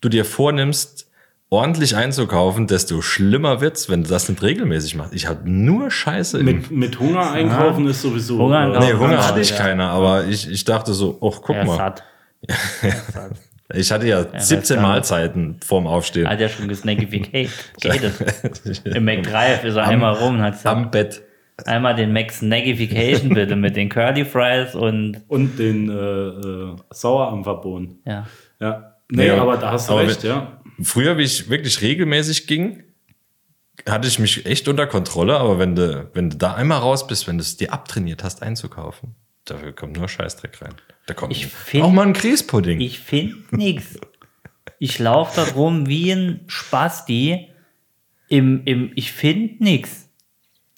[SPEAKER 6] du dir vornimmst, ordentlich einzukaufen, desto schlimmer wird's, wenn du das nicht regelmäßig machst. Ich habe nur Scheiße im
[SPEAKER 5] Mit, mit Hunger einkaufen ist sowieso. äh,
[SPEAKER 4] Hunger einkaufen.
[SPEAKER 6] Nee,
[SPEAKER 4] Auch
[SPEAKER 6] Hunger
[SPEAKER 4] ganz
[SPEAKER 6] hatte ich
[SPEAKER 4] schwer.
[SPEAKER 6] keiner, aber ich, ich dachte so, ach, guck
[SPEAKER 4] Er ist
[SPEAKER 6] mal.
[SPEAKER 4] satt.
[SPEAKER 6] Ich hatte ja
[SPEAKER 4] weiß
[SPEAKER 6] 17
[SPEAKER 4] gar nicht.
[SPEAKER 6] Mahlzeiten vorm Aufstehen.
[SPEAKER 4] Hat er schon gesnackificated. Im McDrive ist er einmal rum und hat gesagt,
[SPEAKER 6] Am Bett.
[SPEAKER 4] einmal den Mac Snackification bitte mit den Curly Fries und
[SPEAKER 5] Und den äh, äh, Sauerampferbohnen.
[SPEAKER 4] ja.
[SPEAKER 5] Ja. Nee,
[SPEAKER 6] Nee,
[SPEAKER 5] aber da hast du
[SPEAKER 6] aber
[SPEAKER 5] recht,
[SPEAKER 6] wenn-
[SPEAKER 5] ja.
[SPEAKER 6] Früher, wie ich wirklich regelmäßig ging, hatte ich mich echt unter Kontrolle, aber wenn du, wenn du da einmal raus bist, wenn du es dir abtrainiert hast, einzukaufen, dafür kommt nur Scheißdreck rein. Da kommt
[SPEAKER 4] Ich find-
[SPEAKER 6] auch mal ein Grießpudding.
[SPEAKER 4] Ich finde nichts. Ich laufe da rum wie ein Spasti. Im, im, ich finde nichts.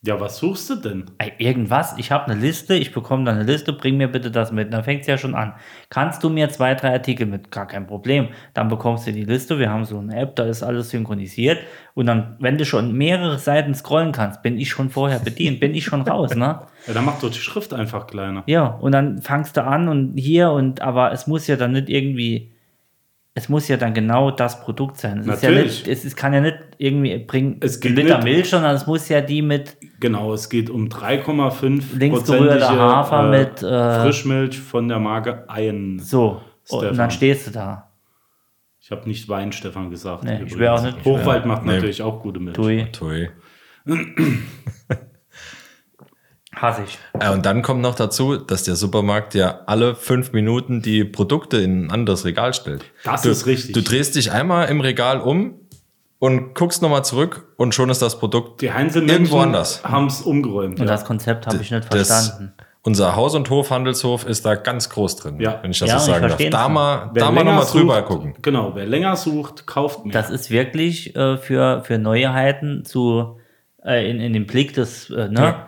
[SPEAKER 5] Ja, was suchst du denn?
[SPEAKER 4] Irgendwas, ich habe eine Liste, ich bekomme da eine Liste, bring mir bitte das mit. Dann fängt es ja schon an. Kannst du mir zwei, drei Artikel mit? Gar kein Problem. Dann bekommst du die Liste, wir haben so eine App, da ist alles synchronisiert. Und dann, wenn du schon mehrere Seiten scrollen kannst, bin ich schon vorher bedient, bin ich schon raus, ne?
[SPEAKER 5] Ja, dann mach doch die Schrift einfach kleiner.
[SPEAKER 4] Ja, und dann fangst du an und hier und aber es muss ja dann nicht irgendwie, es muss ja dann genau das Produkt sein. Es, ist ja
[SPEAKER 5] Natürlich.
[SPEAKER 4] nicht, es ist, kann ja nicht irgendwie bringen
[SPEAKER 5] Es geht
[SPEAKER 4] Liter
[SPEAKER 5] nicht.
[SPEAKER 4] Milch, sondern es muss ja die mit
[SPEAKER 5] Genau, es geht um 3,5
[SPEAKER 4] Links
[SPEAKER 5] prozentige,
[SPEAKER 4] gerührter Hafer
[SPEAKER 5] äh,
[SPEAKER 4] mit, äh,
[SPEAKER 5] Frischmilch von der Marke Ein.
[SPEAKER 4] so.
[SPEAKER 5] Stefan.
[SPEAKER 4] Und dann stehst du da.
[SPEAKER 5] Ich habe nicht Wein, Stefan, gesagt.
[SPEAKER 4] Nee, ich
[SPEAKER 5] übrigens.
[SPEAKER 4] wär auch nicht-
[SPEAKER 5] Hochwald macht
[SPEAKER 6] Nee.
[SPEAKER 5] natürlich auch gute Milch.
[SPEAKER 4] Tui,
[SPEAKER 6] Toi.
[SPEAKER 4] hasse ich.
[SPEAKER 6] Äh, Und dann kommt noch dazu, dass der Supermarkt ja alle fünf Minuten die Produkte in ein anderes Regal stellt.
[SPEAKER 5] Das
[SPEAKER 6] du,
[SPEAKER 5] ist richtig.
[SPEAKER 6] Du drehst dich einmal im Regal um und guckst nochmal zurück und schon ist das Produkt
[SPEAKER 5] Die Heinzelmännchen
[SPEAKER 6] irgendwo anders.
[SPEAKER 5] haben es umgeräumt.
[SPEAKER 4] Und
[SPEAKER 5] ja.
[SPEAKER 4] das Konzept habe ich nicht
[SPEAKER 6] Das-
[SPEAKER 4] verstanden.
[SPEAKER 6] unser Haus- und Hof-Handelshof ist da ganz groß drin,
[SPEAKER 5] Ja.
[SPEAKER 6] wenn ich das
[SPEAKER 4] Ja,
[SPEAKER 6] so
[SPEAKER 4] und ich
[SPEAKER 6] sagen darf.
[SPEAKER 4] versteh's
[SPEAKER 6] Da
[SPEAKER 4] nicht.
[SPEAKER 6] mal,
[SPEAKER 5] Wer
[SPEAKER 6] da mal
[SPEAKER 5] länger
[SPEAKER 6] nochmal drüber
[SPEAKER 5] sucht-
[SPEAKER 6] gucken.
[SPEAKER 5] Genau, wer länger sucht, kauft mehr.
[SPEAKER 4] Das ist wirklich äh, für, für Neuheiten zu äh, in, in den Blick des, äh, ne?
[SPEAKER 6] Ja.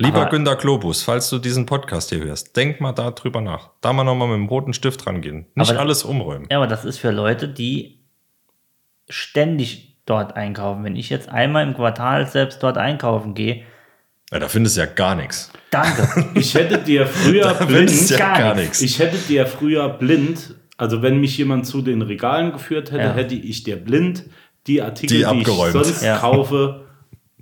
[SPEAKER 6] Lieber
[SPEAKER 4] Aber-
[SPEAKER 6] Günter Globus, falls du diesen Podcast hier hörst, denk mal da drüber nach. Da mal nochmal mit dem roten Stift rangehen. Nicht
[SPEAKER 4] Aber-
[SPEAKER 6] alles umräumen.
[SPEAKER 4] Ja, aber das ist für Leute, die ständig dort einkaufen. Wenn ich jetzt einmal im Quartal selbst dort einkaufen gehe,
[SPEAKER 6] Ja, da findest du ja gar nichts.
[SPEAKER 4] danke.
[SPEAKER 5] Ich hätte dir früher blind,
[SPEAKER 6] findest du ja
[SPEAKER 4] gar
[SPEAKER 6] gar
[SPEAKER 4] nichts.
[SPEAKER 6] nichts.
[SPEAKER 5] ich hätte dir früher blind, also wenn mich jemand zu den Regalen geführt hätte,
[SPEAKER 4] Ja.
[SPEAKER 5] hätte ich dir blind die Artikel,
[SPEAKER 6] Die
[SPEAKER 5] die, ich
[SPEAKER 6] abgeräumt.
[SPEAKER 5] sonst
[SPEAKER 4] Ja.
[SPEAKER 5] kaufe,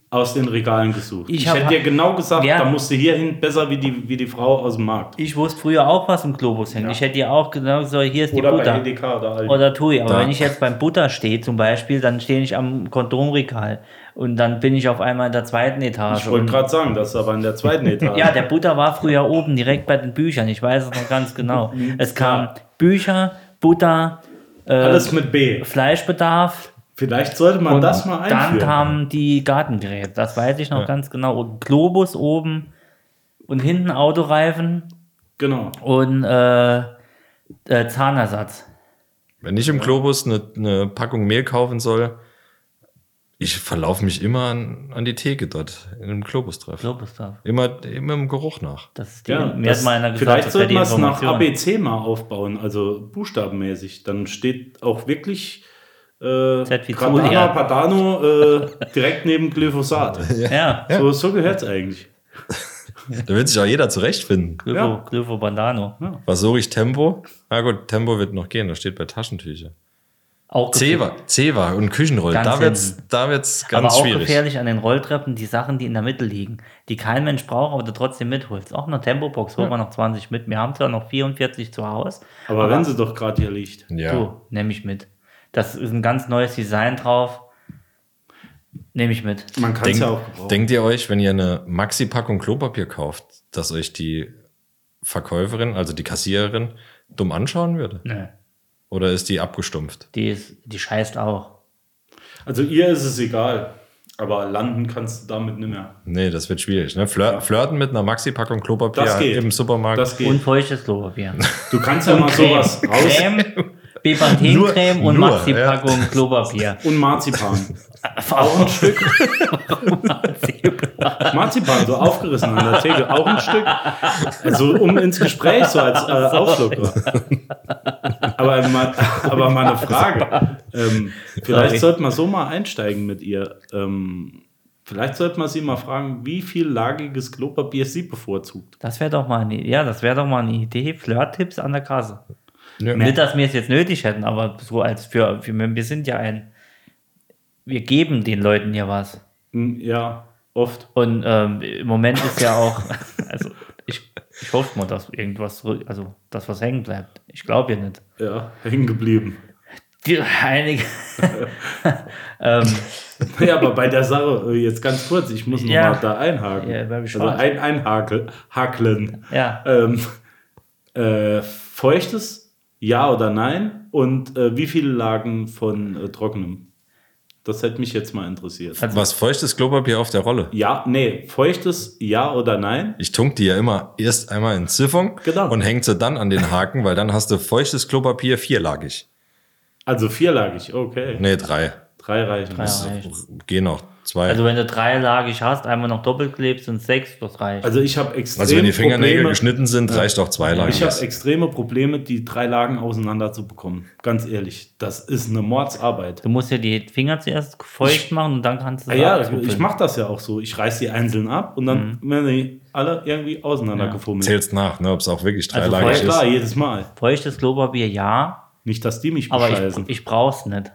[SPEAKER 5] aus den Regalen gesucht.
[SPEAKER 4] Ich
[SPEAKER 5] Ich,
[SPEAKER 4] hab-
[SPEAKER 5] hätte dir genau gesagt,
[SPEAKER 4] Ja.
[SPEAKER 5] da musst du hierhin besser wie die, wie die Frau aus dem Markt.
[SPEAKER 4] ich wusste früher auch, was im Globus hängt. Ich hätte ja auch gesagt, so, hier ist die
[SPEAKER 5] Oder bei
[SPEAKER 4] Butter.
[SPEAKER 5] Edeka oder Aldi.
[SPEAKER 4] Oder Tui. Aber
[SPEAKER 6] Da.
[SPEAKER 4] wenn ich jetzt beim Butter stehe zum Beispiel, dann stehe ich am Kondomregal. Und dann bin ich auf einmal in der zweiten Etage.
[SPEAKER 5] Ich wollte
[SPEAKER 4] Und-
[SPEAKER 5] gerade sagen, das ist aber in der zweiten Etage.
[SPEAKER 4] Ja, der Butter war früher oben, direkt bei den Büchern. Ich weiß es noch ganz genau. Es kamen Bücher, Butter, äh,
[SPEAKER 5] Alles mit B.
[SPEAKER 4] Fleischbedarf.
[SPEAKER 5] Vielleicht sollte man das mal
[SPEAKER 4] Dann
[SPEAKER 5] einführen.
[SPEAKER 4] kamen die Gartengeräte, das weiß ich noch ganz genau. Und Globus oben und hinten Autoreifen
[SPEAKER 5] genau.
[SPEAKER 4] und äh, äh, Zahnersatz.
[SPEAKER 6] Wenn ich im Globus eine, eine Packung Mehl kaufen soll, ich verlaufe mich immer an, an die Theke dort, in einem Globus-Treff.
[SPEAKER 4] Globus da.
[SPEAKER 6] Immer, immer im Geruch nach.
[SPEAKER 4] Das ist die,
[SPEAKER 5] Ja,
[SPEAKER 4] mir hat
[SPEAKER 5] das-
[SPEAKER 4] mal einer gesagt,
[SPEAKER 5] vielleicht
[SPEAKER 4] das wäre
[SPEAKER 5] sollte
[SPEAKER 4] die
[SPEAKER 5] man es nach
[SPEAKER 4] Information.
[SPEAKER 5] ABC mal aufbauen, also buchstabenmäßig. Dann steht auch wirklich äh,
[SPEAKER 4] Z wie
[SPEAKER 5] Granada
[SPEAKER 4] Zulia.
[SPEAKER 5] Padano äh, direkt neben Glyphosat.
[SPEAKER 4] Ja,
[SPEAKER 5] So, so gehört es eigentlich.
[SPEAKER 6] Da wird sich auch jeder zurechtfinden.
[SPEAKER 4] Glypho,
[SPEAKER 5] Ja.
[SPEAKER 4] Glypho Bandano.
[SPEAKER 6] Was suche ich? Tempo? Na gut, Tempo wird noch gehen, da steht bei Taschentücher.
[SPEAKER 4] Auch gefährlich.
[SPEAKER 6] Zewa, Zewa und Küchenrollen,
[SPEAKER 4] Ganz
[SPEAKER 6] da wird's,
[SPEAKER 4] hinten.
[SPEAKER 6] da wird's
[SPEAKER 4] Aber
[SPEAKER 6] ganz
[SPEAKER 4] auch
[SPEAKER 6] schwierig.
[SPEAKER 4] gefährlich an den Rolltreppen, die Sachen, die in der Mitte liegen, die kein Mensch braucht, aber du trotzdem mitholst. Auch eine Tempobox holen wir noch 20 mit. Wir haben zwar noch 44 zu Hause.
[SPEAKER 5] Aber, wenn sie doch gerade hier liegt.
[SPEAKER 6] Ja.
[SPEAKER 4] Du, nehme ich mit. Das ist ein ganz neues Design drauf. Nehme ich mit.
[SPEAKER 5] Man kann es
[SPEAKER 6] Denk,
[SPEAKER 5] ja auch gebrauchen.
[SPEAKER 6] denkt ihr euch, wenn ihr eine Maxi-Packung Klopapier kauft, dass euch die Verkäuferin, also die Kassiererin, dumm anschauen würde?
[SPEAKER 4] Nö.
[SPEAKER 6] Oder ist die abgestumpft?
[SPEAKER 4] Ne, Die, ist, die scheißt auch.
[SPEAKER 5] Also ihr ist es egal. Aber landen kannst du damit nicht mehr.
[SPEAKER 6] Nee, das wird schwierig. Ne? Flir Flirten mit einer Maxi-Packung Klopapier
[SPEAKER 5] Das geht.
[SPEAKER 6] im Supermarkt.
[SPEAKER 5] Das geht.
[SPEAKER 4] Und feuchtes Klopapier.
[SPEAKER 5] du kannst ja mal sowas raus.
[SPEAKER 4] Creme, Bepanthen-Creme
[SPEAKER 6] Nur-
[SPEAKER 4] und
[SPEAKER 6] nur,
[SPEAKER 4] Maxi-Packung Klopapier. Oh.
[SPEAKER 5] Und Marzipan.
[SPEAKER 4] Auch ein Stück.
[SPEAKER 5] Marzipan, so aufgerissen an der Theke. Auch ein Stück. Also um ins Gespräch, so als äh, Aufschlucker. Aber mal, aber mal eine Frage. Ähm, vielleicht
[SPEAKER 4] Sorry.
[SPEAKER 5] sollte man so mal einsteigen mit ihr. Ähm, vielleicht sollte man sie mal fragen, wie viel lagiges Klopapier sie bevorzugt.
[SPEAKER 4] Das wäre doch mal eine, ja, das wäre doch mal eine Idee. Flirt-Tipps an der Kasse.
[SPEAKER 6] Ja.
[SPEAKER 4] Nicht, dass wir es jetzt nötig hätten, aber so als für, für wir sind ja ein, wir geben den Leuten ja was.
[SPEAKER 5] Hm, Ja, oft.
[SPEAKER 4] Und ähm, im Moment ist ja auch, also ich, ich hoffe mal, dass irgendwas zurück, also dass was hängen bleibt. Ich glaube ja nicht.
[SPEAKER 5] Ja, hängen geblieben.
[SPEAKER 4] Die, einige, ähm,
[SPEAKER 5] Ja, aber bei der Sache, äh, jetzt ganz kurz, ich muss
[SPEAKER 4] Ja.
[SPEAKER 5] nochmal mal da einhaken.
[SPEAKER 4] Ja, bleib
[SPEAKER 5] also
[SPEAKER 4] gespannt.
[SPEAKER 5] ein, einhakeln. Hakeln.
[SPEAKER 4] ja,
[SPEAKER 5] Ähm, äh, feuchtes, ja oder nein? Und äh, wie viele Lagen von äh, trockenem? Das hätte mich jetzt mal interessiert.
[SPEAKER 6] Was feuchtes Klopapier auf der Rolle?
[SPEAKER 5] Ja, nee, feuchtes, ja oder nein?
[SPEAKER 6] Ich tunk die ja immer erst einmal in Ziffern
[SPEAKER 5] Genau.
[SPEAKER 6] und hängt sie dann an den Haken, weil dann hast du feuchtes Klopapier vierlagig.
[SPEAKER 5] Also vierlagig, okay.
[SPEAKER 6] Nee, drei.
[SPEAKER 5] Drei reichen.
[SPEAKER 4] Ja, reicht.
[SPEAKER 6] Gehen auch zwei.
[SPEAKER 4] also wenn du drei Lagig hast, einmal noch doppelt klebst, sind sechs, das reicht.
[SPEAKER 5] Also ich habe extrem
[SPEAKER 6] Also wenn die Fingernägel
[SPEAKER 5] Probleme,
[SPEAKER 6] geschnitten sind, reicht auch zweilagig.
[SPEAKER 5] Ich habe extreme Probleme, die drei Lagen auseinander zu bekommen. Ganz ehrlich, das ist eine Mordsarbeit.
[SPEAKER 4] du musst ja die Finger zuerst feucht machen und dann kannst du
[SPEAKER 5] Ah
[SPEAKER 4] sie
[SPEAKER 5] ja,
[SPEAKER 4] abzupfen.
[SPEAKER 5] ich mache das ja auch so. Ich reiß die einzeln ab und dann werden die alle irgendwie auseinandergefummelt.
[SPEAKER 6] Zählst nach, ne, ob es auch wirklich
[SPEAKER 4] Also
[SPEAKER 6] dreilagig
[SPEAKER 5] Ja,
[SPEAKER 4] voll
[SPEAKER 5] klar,
[SPEAKER 6] ist.
[SPEAKER 5] jedes Mal.
[SPEAKER 4] Feuchtes Klopapier ja,
[SPEAKER 5] Nicht, dass die mich
[SPEAKER 4] aber
[SPEAKER 5] bescheißen.
[SPEAKER 4] ich, ich brauch's nicht.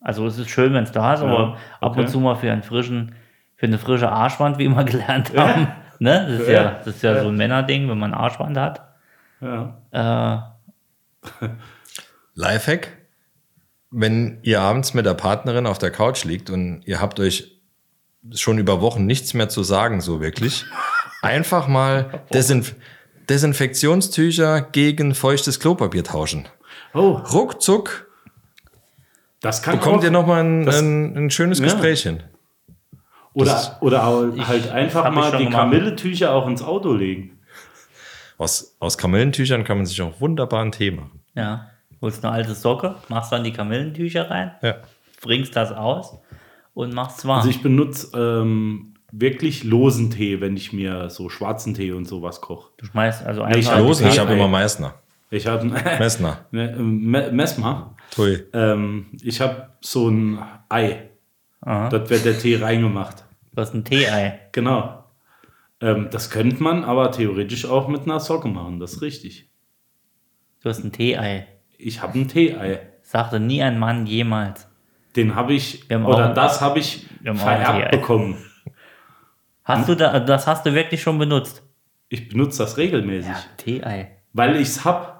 [SPEAKER 4] Also es ist schön, wenn es da ist, aber ab
[SPEAKER 5] okay.
[SPEAKER 4] und zu mal für einen frischen, für eine frische Arschwand, wie wir mal gelernt haben. Ne? Das, ist ja.
[SPEAKER 5] Ja.
[SPEAKER 4] das ist ja, so ein Männerding, wenn man eine Arschwand hat.
[SPEAKER 5] ja.
[SPEAKER 4] Äh,
[SPEAKER 6] Lifehack, wenn ihr abends mit der Partnerin auf der Couch liegt und ihr habt euch schon über Wochen nichts mehr zu sagen, so wirklich, einfach mal Desinf Desinfektionstücher gegen feuchtes Klopapier tauschen.
[SPEAKER 5] Oh,
[SPEAKER 6] Ruckzuck
[SPEAKER 5] das kann
[SPEAKER 6] bekommt
[SPEAKER 5] auch,
[SPEAKER 6] ihr nochmal ein,
[SPEAKER 5] das-
[SPEAKER 6] ein, ein schönes
[SPEAKER 5] Ja.
[SPEAKER 6] Gespräch hin.
[SPEAKER 5] oder, oder au- halt einfach
[SPEAKER 4] hab ich
[SPEAKER 5] mal
[SPEAKER 4] schon
[SPEAKER 5] die
[SPEAKER 4] gemacht.
[SPEAKER 5] Kamilletücher auch ins Auto legen.
[SPEAKER 6] Aus, aus Kamillentüchern kann man sich auch wunderbar einen Tee machen.
[SPEAKER 4] ja. Holst eine alte Socke, machst dann die Kamillentücher rein,
[SPEAKER 6] Ja.
[SPEAKER 4] bringst das aus und machst warm.
[SPEAKER 5] Also ich benutze ähm, wirklich losen Tee, wenn ich mir so schwarzen Tee und sowas koche.
[SPEAKER 4] du schmeißt also
[SPEAKER 5] ich
[SPEAKER 4] einfach.
[SPEAKER 5] hab
[SPEAKER 6] Los, ich
[SPEAKER 5] Tee,
[SPEAKER 6] habe
[SPEAKER 5] ey.
[SPEAKER 6] immer Meißner.
[SPEAKER 5] Ich habe ein
[SPEAKER 6] Messner.
[SPEAKER 5] Me- Me- Messmer.
[SPEAKER 6] Tui.
[SPEAKER 5] Ähm, ich habe so ein Ei.
[SPEAKER 4] Aha.
[SPEAKER 5] Dort wird der Tee reingemacht.
[SPEAKER 4] Du hast ein Tee-Ei.
[SPEAKER 5] Genau. Ähm, das könnte man aber theoretisch auch mit einer Socke machen, das ist richtig.
[SPEAKER 4] Du hast ein Tee-Ei.
[SPEAKER 5] Ich habe ein Tee-Ei.
[SPEAKER 4] Sagte nie ein Mann jemals.
[SPEAKER 5] Den habe ich,
[SPEAKER 4] Wir haben
[SPEAKER 5] oder
[SPEAKER 4] auch-
[SPEAKER 5] das habe ich
[SPEAKER 4] Wir haben auch ein
[SPEAKER 5] vererbt
[SPEAKER 4] Tee-Ei.
[SPEAKER 5] bekommen.
[SPEAKER 4] Hast du da, das hast du wirklich schon benutzt?
[SPEAKER 5] Ich benutze das regelmäßig,
[SPEAKER 4] Tee-Ei.
[SPEAKER 5] weil ich es habe.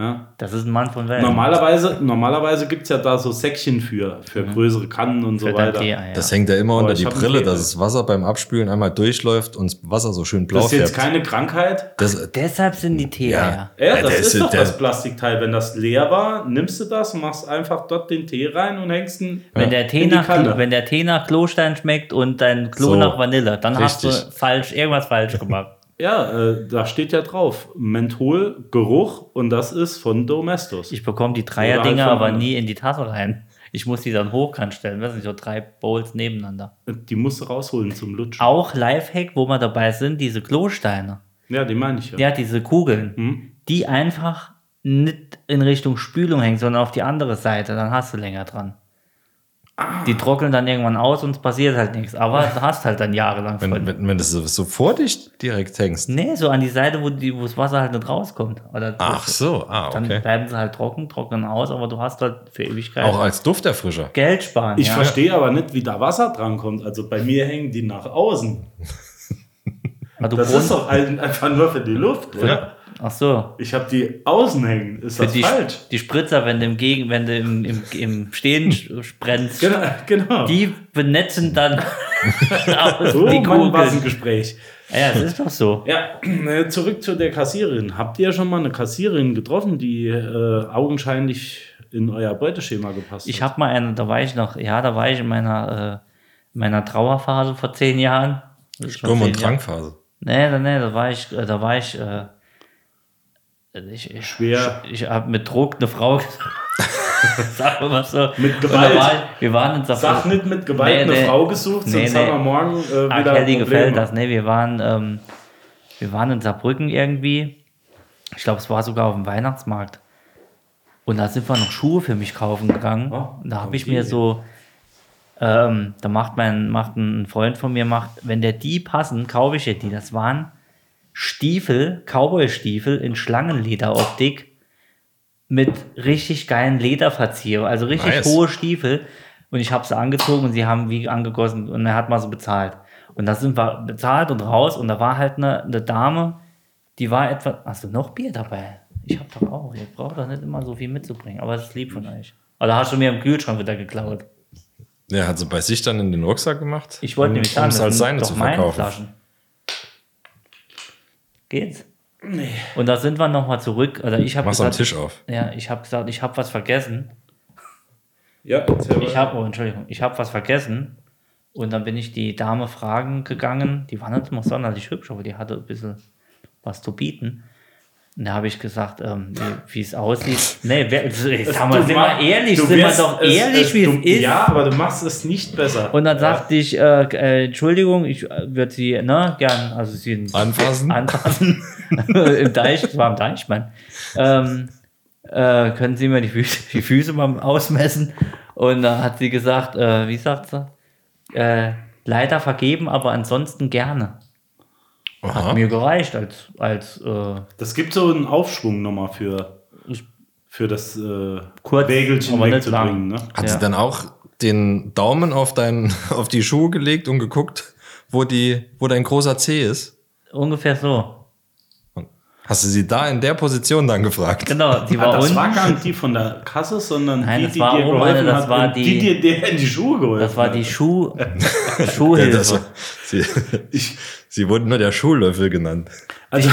[SPEAKER 5] Ja?
[SPEAKER 4] Das ist ein Mann von Welt.
[SPEAKER 5] Normalerweise, normalerweise gibt es ja da so Säckchen für, für größere Kannen und
[SPEAKER 4] Für
[SPEAKER 5] so
[SPEAKER 4] dein
[SPEAKER 5] weiter.
[SPEAKER 4] Tee-Ei.
[SPEAKER 6] Das
[SPEAKER 4] ja.
[SPEAKER 6] hängt ja immer unter
[SPEAKER 5] Oh, ich
[SPEAKER 6] die
[SPEAKER 5] hab einen
[SPEAKER 6] Brille,
[SPEAKER 5] Fehler.
[SPEAKER 6] dass das Wasser beim Abspülen einmal durchläuft und das Wasser so schön blau
[SPEAKER 5] Das ist jetzt
[SPEAKER 6] färbt.
[SPEAKER 5] keine Krankheit.
[SPEAKER 6] Das, äh,
[SPEAKER 4] Deshalb sind die Tee-Eier.
[SPEAKER 6] ja. Äh,
[SPEAKER 5] Ja, das
[SPEAKER 6] der
[SPEAKER 5] ist doch
[SPEAKER 6] der-
[SPEAKER 5] das Plastikteil. Wenn das leer war, nimmst du das, machst einfach dort den Tee rein und hängst ihn
[SPEAKER 4] Wenn, der Tee
[SPEAKER 5] in die
[SPEAKER 4] nach,
[SPEAKER 5] Kanne.
[SPEAKER 4] wenn der Tee nach Klostein schmeckt und dein Klo
[SPEAKER 6] So.
[SPEAKER 4] nach Vanille, dann hast du
[SPEAKER 6] Richtig.
[SPEAKER 4] falsch, irgendwas falsch gemacht.
[SPEAKER 5] Ja, äh, da steht ja drauf, Menthol, Geruch und das ist von Domestos.
[SPEAKER 4] Ich bekomme die
[SPEAKER 5] Oder
[SPEAKER 4] Dreier-Dinger
[SPEAKER 5] halt von-
[SPEAKER 4] aber nie in die Tasse rein. Ich muss die dann hochkant stellen. Das sind so drei Bowls nebeneinander.
[SPEAKER 5] die musst du rausholen zum Lutschen.
[SPEAKER 4] Auch Lifehack, wo wir dabei sind, diese Klosteine.
[SPEAKER 5] Ja, die meine ich ja.
[SPEAKER 4] Ja, diese Kugeln.
[SPEAKER 5] Hm?
[SPEAKER 4] Die einfach nicht in Richtung Spülung hängen, sondern auf die andere Seite. Dann hast du länger dran.
[SPEAKER 5] Ah.
[SPEAKER 4] Die trocknen dann irgendwann aus und es passiert halt nichts. Aber du hast halt dann jahrelang
[SPEAKER 6] Wenn,
[SPEAKER 4] Freunde.
[SPEAKER 6] wenn, wenn du so, so vor dich direkt hängst.
[SPEAKER 4] Nee, so an die Seite, wo, die, wo das Wasser halt nicht rauskommt. Oder
[SPEAKER 6] Ach so, ah,
[SPEAKER 4] Dann
[SPEAKER 6] okay.
[SPEAKER 4] bleiben sie halt trocken, trocknen aus, aber du hast halt für Ewigkeit
[SPEAKER 6] Auch als Dufterfrischer.
[SPEAKER 4] Geld sparen.
[SPEAKER 5] Ich
[SPEAKER 4] ja.
[SPEAKER 5] verstehe aber nicht, wie da Wasser drankommt. Also bei mir hängen die nach außen.
[SPEAKER 4] Aber du
[SPEAKER 5] Das
[SPEAKER 4] wohnst-
[SPEAKER 5] ist doch ein, einfach nur für die Luft, oder?
[SPEAKER 4] Ach so.
[SPEAKER 5] Ich habe die außen hängen. Ist
[SPEAKER 4] Für
[SPEAKER 5] das
[SPEAKER 4] die,
[SPEAKER 5] falsch?
[SPEAKER 4] die Spritzer, wenn du im, Gegen, wenn du im, im, im Stehen sch- sprennst,
[SPEAKER 5] Genau, genau.
[SPEAKER 4] die benetzen dann aus
[SPEAKER 5] so
[SPEAKER 4] die
[SPEAKER 5] Oh, Mann, was ein
[SPEAKER 4] Kugel.
[SPEAKER 5] Gespräch.
[SPEAKER 4] Ja, das ist doch so.
[SPEAKER 5] Ja, äh, zurück zu der Kassiererin. Habt ihr schon mal eine Kassiererin getroffen, die äh, augenscheinlich in euer Beuteschema gepasst
[SPEAKER 4] Ich
[SPEAKER 5] hat?
[SPEAKER 4] habe mal eine, da war ich noch, ja, da war ich in meiner, äh, in meiner Trauerphase vor zehn Jahren. Das ist schon
[SPEAKER 6] Sturm- und
[SPEAKER 4] zehn Jahre.
[SPEAKER 6] Drangphase.
[SPEAKER 4] Nee, nee, nee, da war ich, äh, da war ich, äh, ich, ich
[SPEAKER 5] Schwer.
[SPEAKER 4] Ich, ich habe mit Druck eine Frau, sagen wir mal so.
[SPEAKER 5] Mit
[SPEAKER 4] Und da
[SPEAKER 5] Gewalt.
[SPEAKER 4] War, ich- wir waren in der
[SPEAKER 5] Sag nicht mit Gewalt
[SPEAKER 4] Nee,
[SPEAKER 5] eine
[SPEAKER 4] nee.
[SPEAKER 5] Frau gesucht,
[SPEAKER 4] Nee,
[SPEAKER 5] sonst
[SPEAKER 4] nee.
[SPEAKER 5] haben wir morgen äh,
[SPEAKER 4] Ach,
[SPEAKER 5] wieder
[SPEAKER 4] Ah, Kelly
[SPEAKER 5] Probleme.
[SPEAKER 4] gefällt das. Ne, wir waren, ähm, wir waren in Saarbrücken irgendwie. Ich glaube, es war sogar auf dem Weihnachtsmarkt. Und da sind wir noch Schuhe für mich kaufen gegangen.
[SPEAKER 5] Oh,
[SPEAKER 4] Und da habe ich
[SPEAKER 5] okay.
[SPEAKER 4] mir so, ähm, da macht mein, macht ein Freund von mir, macht, wenn der die passen, kaufe ich dir die. Das waren Stiefel, Cowboy-Stiefel in Schlangenlederoptik mit richtig geilen Lederverzier, also richtig
[SPEAKER 6] Nice.
[SPEAKER 4] hohe Stiefel. Und ich habe sie angezogen und sie haben wie angegossen und er hat mal so bezahlt. Und da sind wir bezahlt und raus und da war halt eine, eine Dame, die war etwa, hast du noch Bier dabei? Ich habe doch auch, ihr braucht doch nicht immer so viel mitzubringen, aber das ist lieb von euch. Oder hast du mir im Kühlschrank wieder geklaut?
[SPEAKER 6] Ja, hat sie bei sich dann in den Rucksack gemacht?
[SPEAKER 4] Ich wollte nämlich sagen,
[SPEAKER 6] um es als
[SPEAKER 4] sind
[SPEAKER 6] seine
[SPEAKER 4] doch
[SPEAKER 6] zu
[SPEAKER 4] meine
[SPEAKER 6] verkaufen.
[SPEAKER 4] Flaschen. Geht's? Nee. Und da sind wir nochmal zurück. Oder ich habe
[SPEAKER 6] Mach's am
[SPEAKER 4] gesagt,
[SPEAKER 6] Tisch auf.
[SPEAKER 4] ja, ich habe gesagt, ich habe was vergessen.
[SPEAKER 5] Ja, erzähl
[SPEAKER 4] Ich
[SPEAKER 5] mal.
[SPEAKER 4] habe, oh, Entschuldigung, ich habe was vergessen. Und dann bin ich die Dame fragen gegangen. Die war nicht mal sonderlich hübsch, aber die hatte ein bisschen was zu bieten. Und da habe ich gesagt, ähm, wie- wie es aussieht. Nee, wer, sag mal,
[SPEAKER 5] Du
[SPEAKER 4] sind
[SPEAKER 5] ma-
[SPEAKER 4] wir ehrlich,
[SPEAKER 5] du
[SPEAKER 4] sind wir
[SPEAKER 5] wirst
[SPEAKER 4] doch
[SPEAKER 5] es-
[SPEAKER 4] ehrlich,
[SPEAKER 5] es-
[SPEAKER 4] wie
[SPEAKER 5] du-
[SPEAKER 4] es ist.
[SPEAKER 5] Ja, aber du machst es nicht besser.
[SPEAKER 4] Und dann sagte ich, äh, äh, Entschuldigung, ich äh, würde sie, ne, gern, also sie
[SPEAKER 6] Anfassen?
[SPEAKER 4] anfassen. Im Deich, war im Deichmann. Ähm, äh, können Sie mir die Füße, die Füße mal ausmessen? Und da hat sie gesagt, äh, wie sagt sie? Äh, leider vergeben, aber ansonsten gerne.
[SPEAKER 6] Aha.
[SPEAKER 4] Mir gereicht als, als äh,
[SPEAKER 5] Das gibt so einen Aufschwung nochmal für,
[SPEAKER 4] Ich-
[SPEAKER 5] für das äh,
[SPEAKER 4] Kurz,
[SPEAKER 5] Wägelchen
[SPEAKER 4] aber nicht
[SPEAKER 5] wegzubringen. Ne?
[SPEAKER 6] Hat
[SPEAKER 4] Ja.
[SPEAKER 6] sie dann auch den Daumen auf, dein, auf die Schuhe gelegt und geguckt, wo, die, wo dein großer Zeh ist?
[SPEAKER 4] ungefähr so.
[SPEAKER 6] Und hast du sie da in der Position dann gefragt?
[SPEAKER 4] Genau, sie
[SPEAKER 5] Ah,
[SPEAKER 4] war
[SPEAKER 5] das
[SPEAKER 4] unten.
[SPEAKER 5] war gar nicht die von der Kasse, sondern
[SPEAKER 4] Nein,
[SPEAKER 5] die,
[SPEAKER 4] das
[SPEAKER 5] die
[SPEAKER 4] war
[SPEAKER 5] dir
[SPEAKER 4] oben
[SPEAKER 5] geholfen
[SPEAKER 4] eine, das
[SPEAKER 5] hat
[SPEAKER 4] war
[SPEAKER 5] und
[SPEAKER 4] die-
[SPEAKER 5] die dir dir in die Schuhe geholfen
[SPEAKER 4] Das war die
[SPEAKER 5] hat.
[SPEAKER 4] Schuh,
[SPEAKER 6] Ja,
[SPEAKER 4] Schuhhilfe.
[SPEAKER 6] das war, sie, sie wurden nur der Schuhlöffel genannt.
[SPEAKER 5] Also,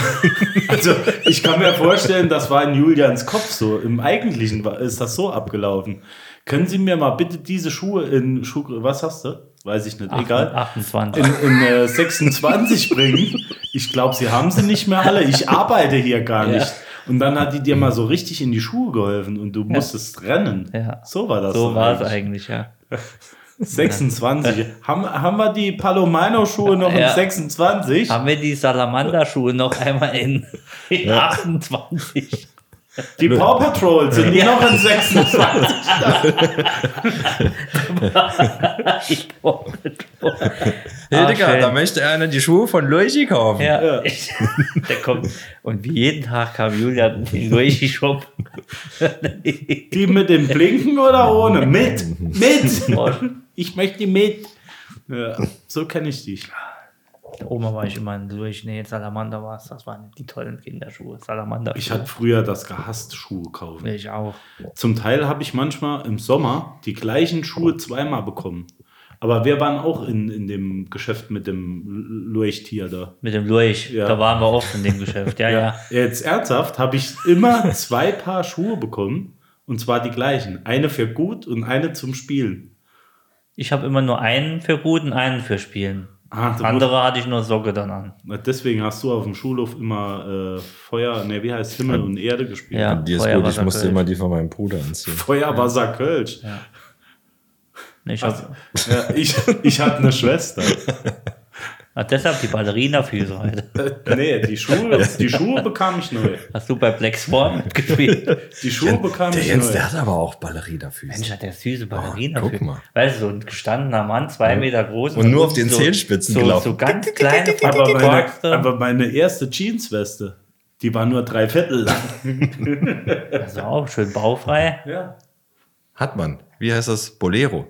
[SPEAKER 5] also ich kann mir vorstellen, das war in Julians Kopf so. Im Eigentlichen war, ist das so abgelaufen. Können Sie mir mal bitte diese Schuhe in Schuh... Was hast du? Weiß ich nicht. Egal.
[SPEAKER 4] 28.
[SPEAKER 5] in, in äh, 26 bringen. Ich glaube, sie haben sie nicht mehr alle. Ich arbeite hier gar nicht. Und dann hat die dir mal so richtig in die Schuhe geholfen und du musstest rennen.
[SPEAKER 4] Ja.
[SPEAKER 5] So war das.
[SPEAKER 4] so
[SPEAKER 5] doch
[SPEAKER 4] war es eigentlich, ja.
[SPEAKER 5] 26. haben, haben wir die Palomino-Schuhe noch
[SPEAKER 4] Ja.
[SPEAKER 5] in 26?
[SPEAKER 4] Haben wir die Salamanderschuhe noch einmal in, in 28?
[SPEAKER 5] Die Paw Patrol sind die noch in 26?
[SPEAKER 4] Ich wollte-
[SPEAKER 6] Hey,
[SPEAKER 4] Ah,
[SPEAKER 6] Digga,
[SPEAKER 4] schön.
[SPEAKER 6] da möchte einer die Schuhe von Luigi kaufen.
[SPEAKER 4] ja, ich, der kommt. Und wie jeden Tag kam Julian in den Luigi-Shop.
[SPEAKER 5] Die mit dem Blinken oder ohne? Mit! Mit! Ich möchte die mit. Ja, so kenne ich dich.
[SPEAKER 4] Oma war ich immer in Luigi. Nee, Salamander war es. Das waren die tollen Kinderschuhe. Salamander.
[SPEAKER 5] Ich hatte früher das gehasst, Schuhe kaufen.
[SPEAKER 4] ich auch.
[SPEAKER 5] Zum Teil habe ich manchmal im Sommer die gleichen Schuhe zweimal bekommen. Aber wir waren auch in, in dem Geschäft mit dem Leuchttier da.
[SPEAKER 4] Mit dem Luigi.
[SPEAKER 5] Ja.
[SPEAKER 4] Da waren wir oft in dem Geschäft. Ja, ja.
[SPEAKER 5] Jetzt ernsthaft habe ich immer zwei Paar Schuhe bekommen. Und zwar die gleichen. Eine für gut und eine zum Spielen.
[SPEAKER 4] Ich habe immer nur einen für gut und einen für Spielen.
[SPEAKER 5] Ah, du
[SPEAKER 4] Andere hatte ich nur Socke dann an.
[SPEAKER 5] musst- Deswegen hast du auf dem Schulhof immer äh, Feuer, ne, wie heißt Himmel und Erde gespielt.
[SPEAKER 4] Ja.
[SPEAKER 6] Die ist
[SPEAKER 4] Feuer
[SPEAKER 6] gut,
[SPEAKER 4] war
[SPEAKER 6] ich musste
[SPEAKER 4] natürlich.
[SPEAKER 6] immer die von meinem Bruder anziehen.
[SPEAKER 5] Feuer, Wasser, Kölsch.
[SPEAKER 4] Ich hab,
[SPEAKER 5] Ja, ich ich hatte eine Schwester.
[SPEAKER 4] Ach, deshalb die Ballerina-Füße heute.
[SPEAKER 5] Nee, die Schuhe, die Schuhe bekam ich neu.
[SPEAKER 4] Hast du bei Black Swan mitgespielt?
[SPEAKER 5] Die Schuhe bekam
[SPEAKER 6] Der
[SPEAKER 5] ich
[SPEAKER 6] Jens,
[SPEAKER 5] neu.
[SPEAKER 6] der hat aber auch Balleriederfüße.
[SPEAKER 4] Mensch, hat der süße Ballerina.
[SPEAKER 6] Oh, guck mal.
[SPEAKER 4] Weißt du, so ein gestandener Mann, zwei Meter groß.
[SPEAKER 6] Und nur auf
[SPEAKER 4] so-
[SPEAKER 6] den Zehenspitzen
[SPEAKER 4] so,
[SPEAKER 6] gelaufen.
[SPEAKER 4] So ganz kleine,
[SPEAKER 5] aber, meine,
[SPEAKER 4] verkorkste-
[SPEAKER 5] aber meine erste Jeansweste, die war nur drei Viertel lang.
[SPEAKER 4] Also auch schön baufrei.
[SPEAKER 5] Ja.
[SPEAKER 6] Hat man. Wie heißt das? Bolero.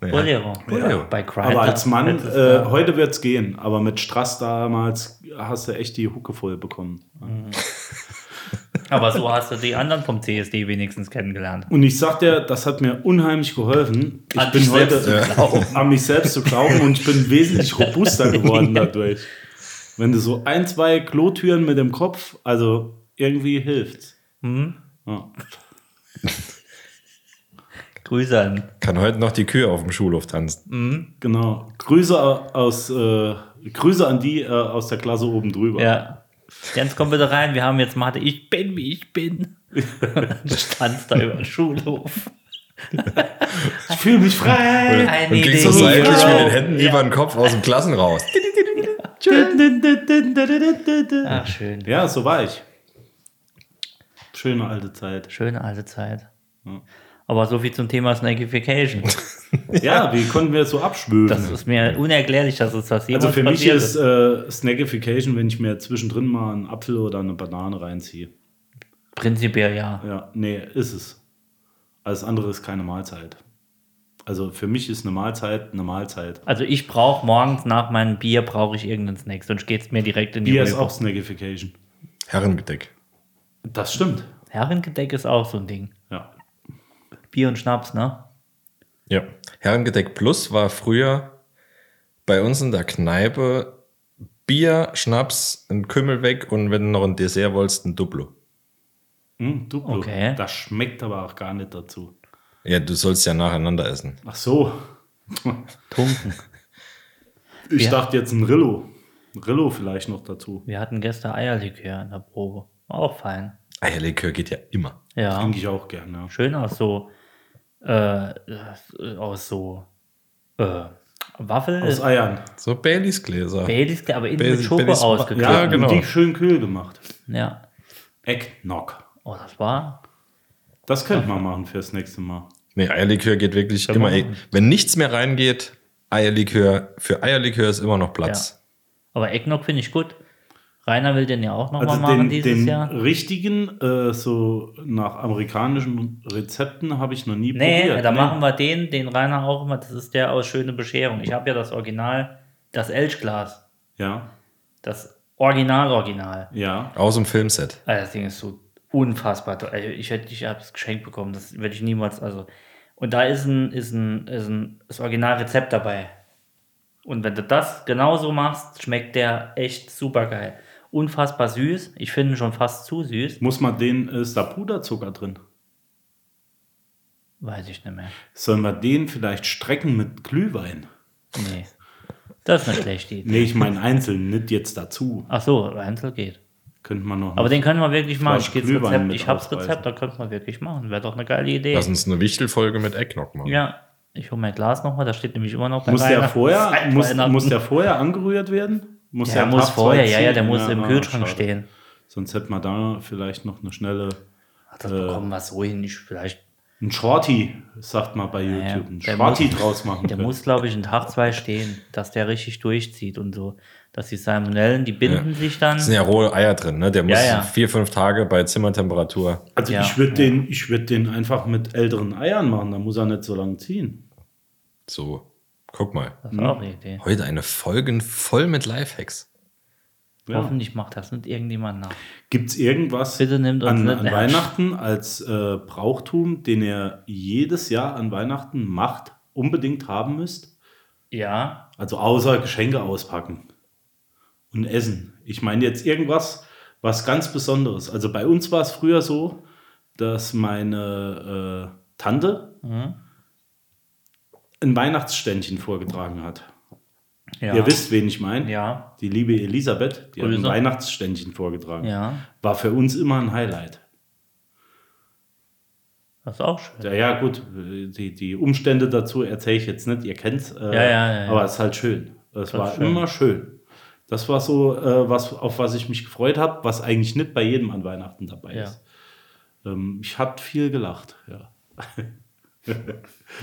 [SPEAKER 6] Naja.
[SPEAKER 4] Bolero.
[SPEAKER 6] Bolero.
[SPEAKER 4] Bei Grindr.
[SPEAKER 5] Aber als Mann,
[SPEAKER 4] hättest
[SPEAKER 5] äh,
[SPEAKER 4] du-
[SPEAKER 5] heute wird's gehen, aber mit Strass damals hast du echt die Hucke voll bekommen.
[SPEAKER 4] Aber so hast du die anderen vom CSD wenigstens kennengelernt.
[SPEAKER 5] Und ich sag dir, das hat mir unheimlich geholfen. Ich
[SPEAKER 4] An dich
[SPEAKER 5] bin heute
[SPEAKER 4] selbst zu glauben.
[SPEAKER 5] an mich selbst zu glauben und ich bin wesentlich robuster geworden dadurch. Wenn du so ein, zwei Klotüren mit dem Kopf, also irgendwie hilft.
[SPEAKER 4] Mhm.
[SPEAKER 5] Ja.
[SPEAKER 4] Grüße an.
[SPEAKER 6] Kann heute noch die Kühe auf dem Schulhof tanzen.
[SPEAKER 5] Genau. Grüße aus äh, Grüße an die äh, aus der Klasse oben drüber.
[SPEAKER 4] Ja. Jens, komm bitte rein. Wir haben jetzt Mathe. Ich bin, wie ich bin. Und standst da über den Schulhof.
[SPEAKER 5] Ich fühle mich frei.
[SPEAKER 4] Eine
[SPEAKER 6] und ging so
[SPEAKER 4] Idee.
[SPEAKER 6] seitlich mit
[SPEAKER 5] Genau.
[SPEAKER 6] den Händen über den Kopf aus dem Klassen raus.
[SPEAKER 4] Ach, schön.
[SPEAKER 5] Ja, so war ich. Schöne alte Zeit.
[SPEAKER 4] Schöne alte Zeit.
[SPEAKER 5] Hm.
[SPEAKER 4] Aber so viel zum Thema Snackification.
[SPEAKER 5] Ja, wie konnten wir das so abschwören?
[SPEAKER 4] Das ist mir unerklärlich, dass es das jemals
[SPEAKER 5] Also für mich
[SPEAKER 4] passiert
[SPEAKER 5] ist äh, Snackification, wenn ich mir zwischendrin mal einen Apfel oder eine Banane reinziehe.
[SPEAKER 4] Prinzipiell ja.
[SPEAKER 5] Ja, nee, ist es. Alles andere ist keine Mahlzeit. Also für mich ist eine Mahlzeit eine Mahlzeit.
[SPEAKER 4] Also ich brauche morgens nach meinem Bier brauche ich irgendeinen Snack, sonst geht es mir direkt in die
[SPEAKER 5] Bier ist
[SPEAKER 4] Röhre.
[SPEAKER 5] auch Snackification.
[SPEAKER 6] Herrengedeck.
[SPEAKER 5] Das stimmt.
[SPEAKER 4] Herrengedeck ist auch so ein Ding.
[SPEAKER 5] Ja.
[SPEAKER 4] Bier und Schnaps, ne?
[SPEAKER 6] Ja. Herrengedeck Plus war früher bei uns in der Kneipe Bier, Schnaps, ein Kümmel weg und wenn du noch ein Dessert wolltest, ein Duplo.
[SPEAKER 5] Hm, Duplo.
[SPEAKER 4] Okay.
[SPEAKER 5] Das schmeckt aber auch gar nicht dazu.
[SPEAKER 6] Ja, du sollst ja nacheinander essen.
[SPEAKER 5] Ach so.
[SPEAKER 4] Tunken.
[SPEAKER 5] Ich
[SPEAKER 4] Ja.
[SPEAKER 5] dachte jetzt ein Rillo. Ein Rillo vielleicht noch dazu.
[SPEAKER 4] Wir hatten gestern Eierlikör in der Probe. War Auch fein.
[SPEAKER 6] Eierlikör geht ja immer.
[SPEAKER 4] Ja.
[SPEAKER 5] Trinke ich auch gerne. Ja.
[SPEAKER 4] Schön aus so äh, aus so äh, Waffel.
[SPEAKER 5] Aus Eiern.
[SPEAKER 6] So Baileys Gläser.
[SPEAKER 4] Baileys, aber innen mit
[SPEAKER 6] Baileys-
[SPEAKER 4] Schoko
[SPEAKER 6] Baileys-
[SPEAKER 4] ausgeklebt.
[SPEAKER 5] Ja,
[SPEAKER 6] Ja,
[SPEAKER 5] genau.
[SPEAKER 6] genau.
[SPEAKER 5] Die schön kühl gemacht.
[SPEAKER 4] Ja.
[SPEAKER 5] Eggnog.
[SPEAKER 4] Oh, das war.
[SPEAKER 5] Das könnte man machen fürs nächste Mal.
[SPEAKER 6] Nee, Eierlikör geht wirklich immer.
[SPEAKER 4] machen.
[SPEAKER 6] Wenn nichts mehr reingeht, Eierlikör, für Eierlikör ist immer noch Platz.
[SPEAKER 4] Aber Eggnog finde ich gut. Rainer will den ja auch nochmal
[SPEAKER 5] Also
[SPEAKER 4] mal machen
[SPEAKER 5] den,
[SPEAKER 4] dieses
[SPEAKER 5] den
[SPEAKER 4] Jahr.
[SPEAKER 5] richtigen, äh, so nach amerikanischen Rezepten habe ich noch nie
[SPEAKER 4] Nee,
[SPEAKER 5] probiert.
[SPEAKER 4] da machen wir den, den Rainer auch immer. Das ist der aus Schöne Bescherung. Ich habe ja das Original, das Elchglas.
[SPEAKER 5] Ja,
[SPEAKER 4] Das Original-Original.
[SPEAKER 5] ja.
[SPEAKER 6] Aus dem Filmset.
[SPEAKER 4] Also das Ding ist so unfassbar toll. Also Ich hätte, ich habe es geschenkt bekommen. Das werde ich niemals. Also und da ist ein, ist ein, ist ein das Originalrezept dabei. Und wenn du das genauso machst, schmeckt der echt super geil. Unfassbar süß. Ich finde ihn schon fast zu süß.
[SPEAKER 5] Muss man den, ist da Puderzucker drin?
[SPEAKER 4] Weiß ich nicht mehr.
[SPEAKER 5] Sollen wir den vielleicht strecken mit Glühwein?
[SPEAKER 4] Nee. Das ist eine schlechte Idee.
[SPEAKER 5] Nee, ich meine einzeln, nicht jetzt dazu.
[SPEAKER 4] Ach so, Einzel geht.
[SPEAKER 5] Könnte man noch.
[SPEAKER 4] Aber den können wir wirklich machen.
[SPEAKER 5] Flasch
[SPEAKER 4] Ich, geht's
[SPEAKER 5] Glühwein
[SPEAKER 4] Rezept,
[SPEAKER 5] mit
[SPEAKER 4] ich hab's
[SPEAKER 5] aufreißen.
[SPEAKER 4] Rezept, da könnten wir wirklich machen. Wäre doch eine geile Idee.
[SPEAKER 6] Lass uns eine Wichtelfolge mit Eggnog machen.
[SPEAKER 4] ja, ich hole mein Glas nochmal, da steht nämlich immer noch bei
[SPEAKER 5] muss der,
[SPEAKER 4] Weihnachten-
[SPEAKER 5] vorher,
[SPEAKER 4] Seit
[SPEAKER 5] muss,
[SPEAKER 4] Weihnachten.
[SPEAKER 5] muss der vorher angerührt werden? Muss
[SPEAKER 4] der, muss
[SPEAKER 5] Tag vorher
[SPEAKER 4] vorher, ja, ja, der
[SPEAKER 5] ziehen?
[SPEAKER 4] muss im
[SPEAKER 5] ah,
[SPEAKER 4] Kühlschrank
[SPEAKER 5] schade.
[SPEAKER 4] stehen.
[SPEAKER 5] Sonst hätte man da vielleicht noch eine schnelle.
[SPEAKER 4] Ach,
[SPEAKER 5] Äh.
[SPEAKER 4] das bekommen wir so hin. Ich vielleicht,
[SPEAKER 5] Ein Shorty, sagt man bei
[SPEAKER 4] ja,
[SPEAKER 5] YouTube. Ein
[SPEAKER 4] der
[SPEAKER 5] Shorty
[SPEAKER 4] muss-
[SPEAKER 5] draus machen.
[SPEAKER 4] der
[SPEAKER 5] können.
[SPEAKER 4] muss, glaube ich, einen Tag, zwei stehen, dass der richtig durchzieht und so. Dass die Salmonellen, die binden sich dann.
[SPEAKER 6] Da sind ja rohe Eier drin, ne? Der muss
[SPEAKER 4] Ja, ja.
[SPEAKER 6] vier, fünf Tage bei Zimmertemperatur.
[SPEAKER 5] Also
[SPEAKER 4] Ja,
[SPEAKER 5] ich würde den, ich würd den einfach mit älteren Eiern machen, da muss er nicht so lange ziehen.
[SPEAKER 6] So, guck mal.
[SPEAKER 4] Das ist
[SPEAKER 5] Hm.
[SPEAKER 4] auch eine Idee.
[SPEAKER 6] Heute eine Folge voll mit Lifehacks.
[SPEAKER 5] Ja.
[SPEAKER 4] Hoffentlich macht das nicht irgendjemand nach.
[SPEAKER 5] Gibt es irgendwas
[SPEAKER 4] Bitte nehmt uns
[SPEAKER 5] an,
[SPEAKER 4] nicht
[SPEAKER 5] an
[SPEAKER 4] ernst.
[SPEAKER 5] Weihnachten als äh, Brauchtum, den ihr jedes Jahr an Weihnachten macht, unbedingt haben müsst?
[SPEAKER 4] Ja,
[SPEAKER 5] Also außer Geschenke auspacken und essen. Ich meine jetzt irgendwas, was ganz Besonderes. Also bei uns war es früher so, dass meine äh, Tante ein Weihnachtsständchen vorgetragen hat.
[SPEAKER 4] ja.
[SPEAKER 5] Ihr wisst, wen ich meine.
[SPEAKER 4] Ja.
[SPEAKER 5] Die liebe Elisabeth, die hat ein
[SPEAKER 4] Grüße.
[SPEAKER 5] Weihnachtsständchen vorgetragen.
[SPEAKER 4] Ja.
[SPEAKER 5] War für uns immer ein Highlight.
[SPEAKER 4] Das ist auch schön.
[SPEAKER 5] Ja, ja gut, die, die Umstände dazu erzähle ich jetzt nicht, ihr kennt es, äh,
[SPEAKER 4] Ja, ja, ja, ja.
[SPEAKER 5] aber es ist halt schön. Es war
[SPEAKER 4] schön.
[SPEAKER 5] immer schön. Das war so, äh, was, auf was ich mich gefreut habe, was eigentlich nicht bei jedem an Weihnachten dabei
[SPEAKER 4] Ja.
[SPEAKER 5] ist. Ähm, ich habe viel gelacht, ja.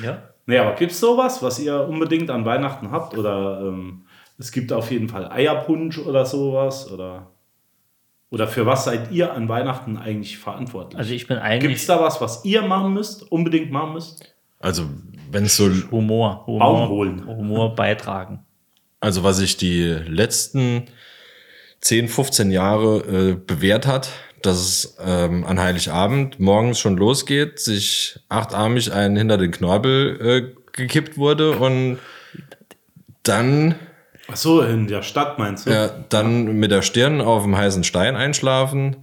[SPEAKER 4] Ja.
[SPEAKER 5] Naja, aber gibt es sowas, was ihr unbedingt an Weihnachten habt? Oder ähm, es gibt auf jeden Fall Eierpunsch oder sowas? Oder, oder für was seid ihr an Weihnachten eigentlich verantwortlich?
[SPEAKER 4] Also ich bin
[SPEAKER 5] gibt es
[SPEAKER 4] eigentlich
[SPEAKER 5] da was, was ihr machen müsst, unbedingt machen müsst?
[SPEAKER 6] Also, wenn es so
[SPEAKER 4] Humor,
[SPEAKER 5] Baum
[SPEAKER 4] Humor,
[SPEAKER 5] holen.
[SPEAKER 4] Humor beitragen.
[SPEAKER 6] Also was sich die letzten 10, 15 Jahre äh, bewährt hat, dass es ähm, an Heiligabend morgens schon losgeht, sich achtarmig einen hinter den Knorpel äh, gekippt wurde und dann,
[SPEAKER 5] Ach so, in der Stadt meinst du?
[SPEAKER 6] ja, dann mit der Stirn auf dem heißen Stein einschlafen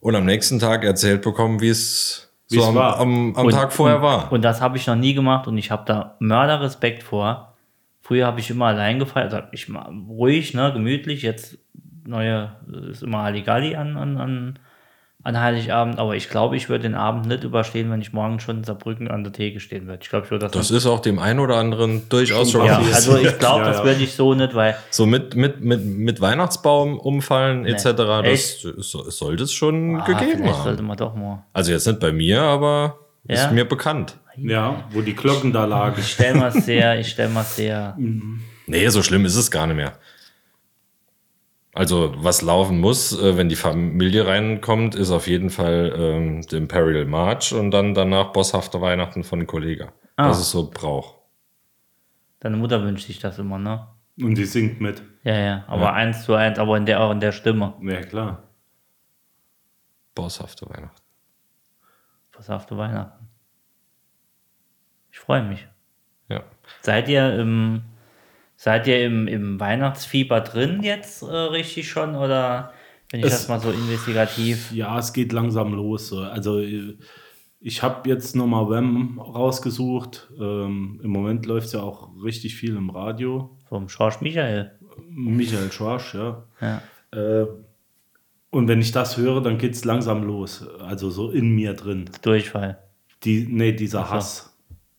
[SPEAKER 6] und am nächsten Tag erzählt bekommen, wie es so
[SPEAKER 5] Wie's
[SPEAKER 6] am,
[SPEAKER 5] war.
[SPEAKER 6] am, am
[SPEAKER 4] Und-
[SPEAKER 6] Tag vorher
[SPEAKER 4] und,
[SPEAKER 6] war.
[SPEAKER 4] Und das habe ich noch nie gemacht und ich habe da Mörderrespekt vor. Früher habe ich immer allein gefeiert, also ich ma- ruhig, ne, gemütlich. Jetzt neue äh, ist immer Halligalli an, an, an, an Heiligabend, aber ich glaube, ich würde den Abend nicht überstehen, wenn ich morgen schon in Saarbrücken an der Theke stehen würde. Ich glaube, ich würde das,
[SPEAKER 6] das ist auch dem einen oder anderen durchaus schon
[SPEAKER 4] ja,
[SPEAKER 5] passiert.
[SPEAKER 4] also ich glaube,
[SPEAKER 5] Ja,
[SPEAKER 4] das
[SPEAKER 5] ja.
[SPEAKER 4] würde ich so nicht, weil
[SPEAKER 6] So mit, mit, mit, mit Weihnachtsbaum umfallen etc. Das
[SPEAKER 4] Echt?
[SPEAKER 6] so- sollte es schon
[SPEAKER 4] Ah,
[SPEAKER 6] gegeben
[SPEAKER 4] vielleicht
[SPEAKER 6] haben.
[SPEAKER 4] sollte man doch mal.
[SPEAKER 6] Also jetzt nicht bei mir, aber
[SPEAKER 4] Ja.
[SPEAKER 6] ist mir bekannt.
[SPEAKER 5] Ja, wo die Glocken da lagen.
[SPEAKER 4] Ich stell mal sehr, ich stell mal sehr.
[SPEAKER 6] Nee, so schlimm ist es gar nicht mehr. Also was laufen muss, äh, wenn die Familie reinkommt, ist auf jeden Fall ähm, der Imperial March und dann danach bosshafte Weihnachten von Kollega.
[SPEAKER 4] Ah.
[SPEAKER 6] Das ist so Brauch.
[SPEAKER 4] Deine Mutter wünscht sich das immer, ne?
[SPEAKER 5] Und die singt mit.
[SPEAKER 4] Ja, ja, aber eins zu eins, aber in der, auch in der Stimme.
[SPEAKER 5] Ja, klar.
[SPEAKER 6] Bosshafte Weihnachten.
[SPEAKER 4] Pass auf, du Weihnachten. Ich freue mich.
[SPEAKER 6] Ja.
[SPEAKER 4] Seid ihr im, seid ihr im, im Weihnachtsfieber drin jetzt äh, richtig schon oder bin ich
[SPEAKER 5] Es-
[SPEAKER 4] das mal so investigativ?
[SPEAKER 5] Ja, es geht langsam los. so. Also äh, ich habe jetzt nochmal Wham rausgesucht. Ähm, Im Moment läuft ja auch richtig viel im Radio.
[SPEAKER 4] Vom Schorsch Michael.
[SPEAKER 5] Michael Schorsch, ja.
[SPEAKER 4] Ja.
[SPEAKER 5] Äh, und wenn ich das höre, dann geht es langsam los. Also so in mir drin.
[SPEAKER 4] Durchfall.
[SPEAKER 5] Die, nee, dieser Hass.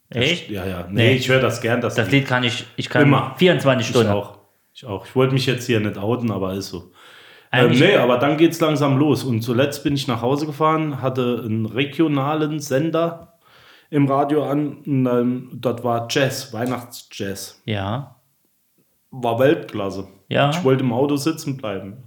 [SPEAKER 4] Echt?
[SPEAKER 5] Ja, ja. Nee,
[SPEAKER 4] Nee.
[SPEAKER 5] ich höre das gern. Das,
[SPEAKER 4] Das Lied kann ich, ich kann
[SPEAKER 5] Immer.
[SPEAKER 4] 24
[SPEAKER 5] Ich
[SPEAKER 4] Stunden.
[SPEAKER 5] auch. Ich auch. Ich wollte mich jetzt hier nicht outen, aber ist so. Ähm,
[SPEAKER 4] Eigentlich-
[SPEAKER 5] nee, aber dann geht es langsam los. Und zuletzt bin ich nach Hause gefahren, hatte einen regionalen Sender im Radio an. Und dann, dort war Jazz, Weihnachtsjazz.
[SPEAKER 4] Ja.
[SPEAKER 5] War Weltklasse.
[SPEAKER 4] Ja.
[SPEAKER 5] Ich wollte im Auto sitzen bleiben.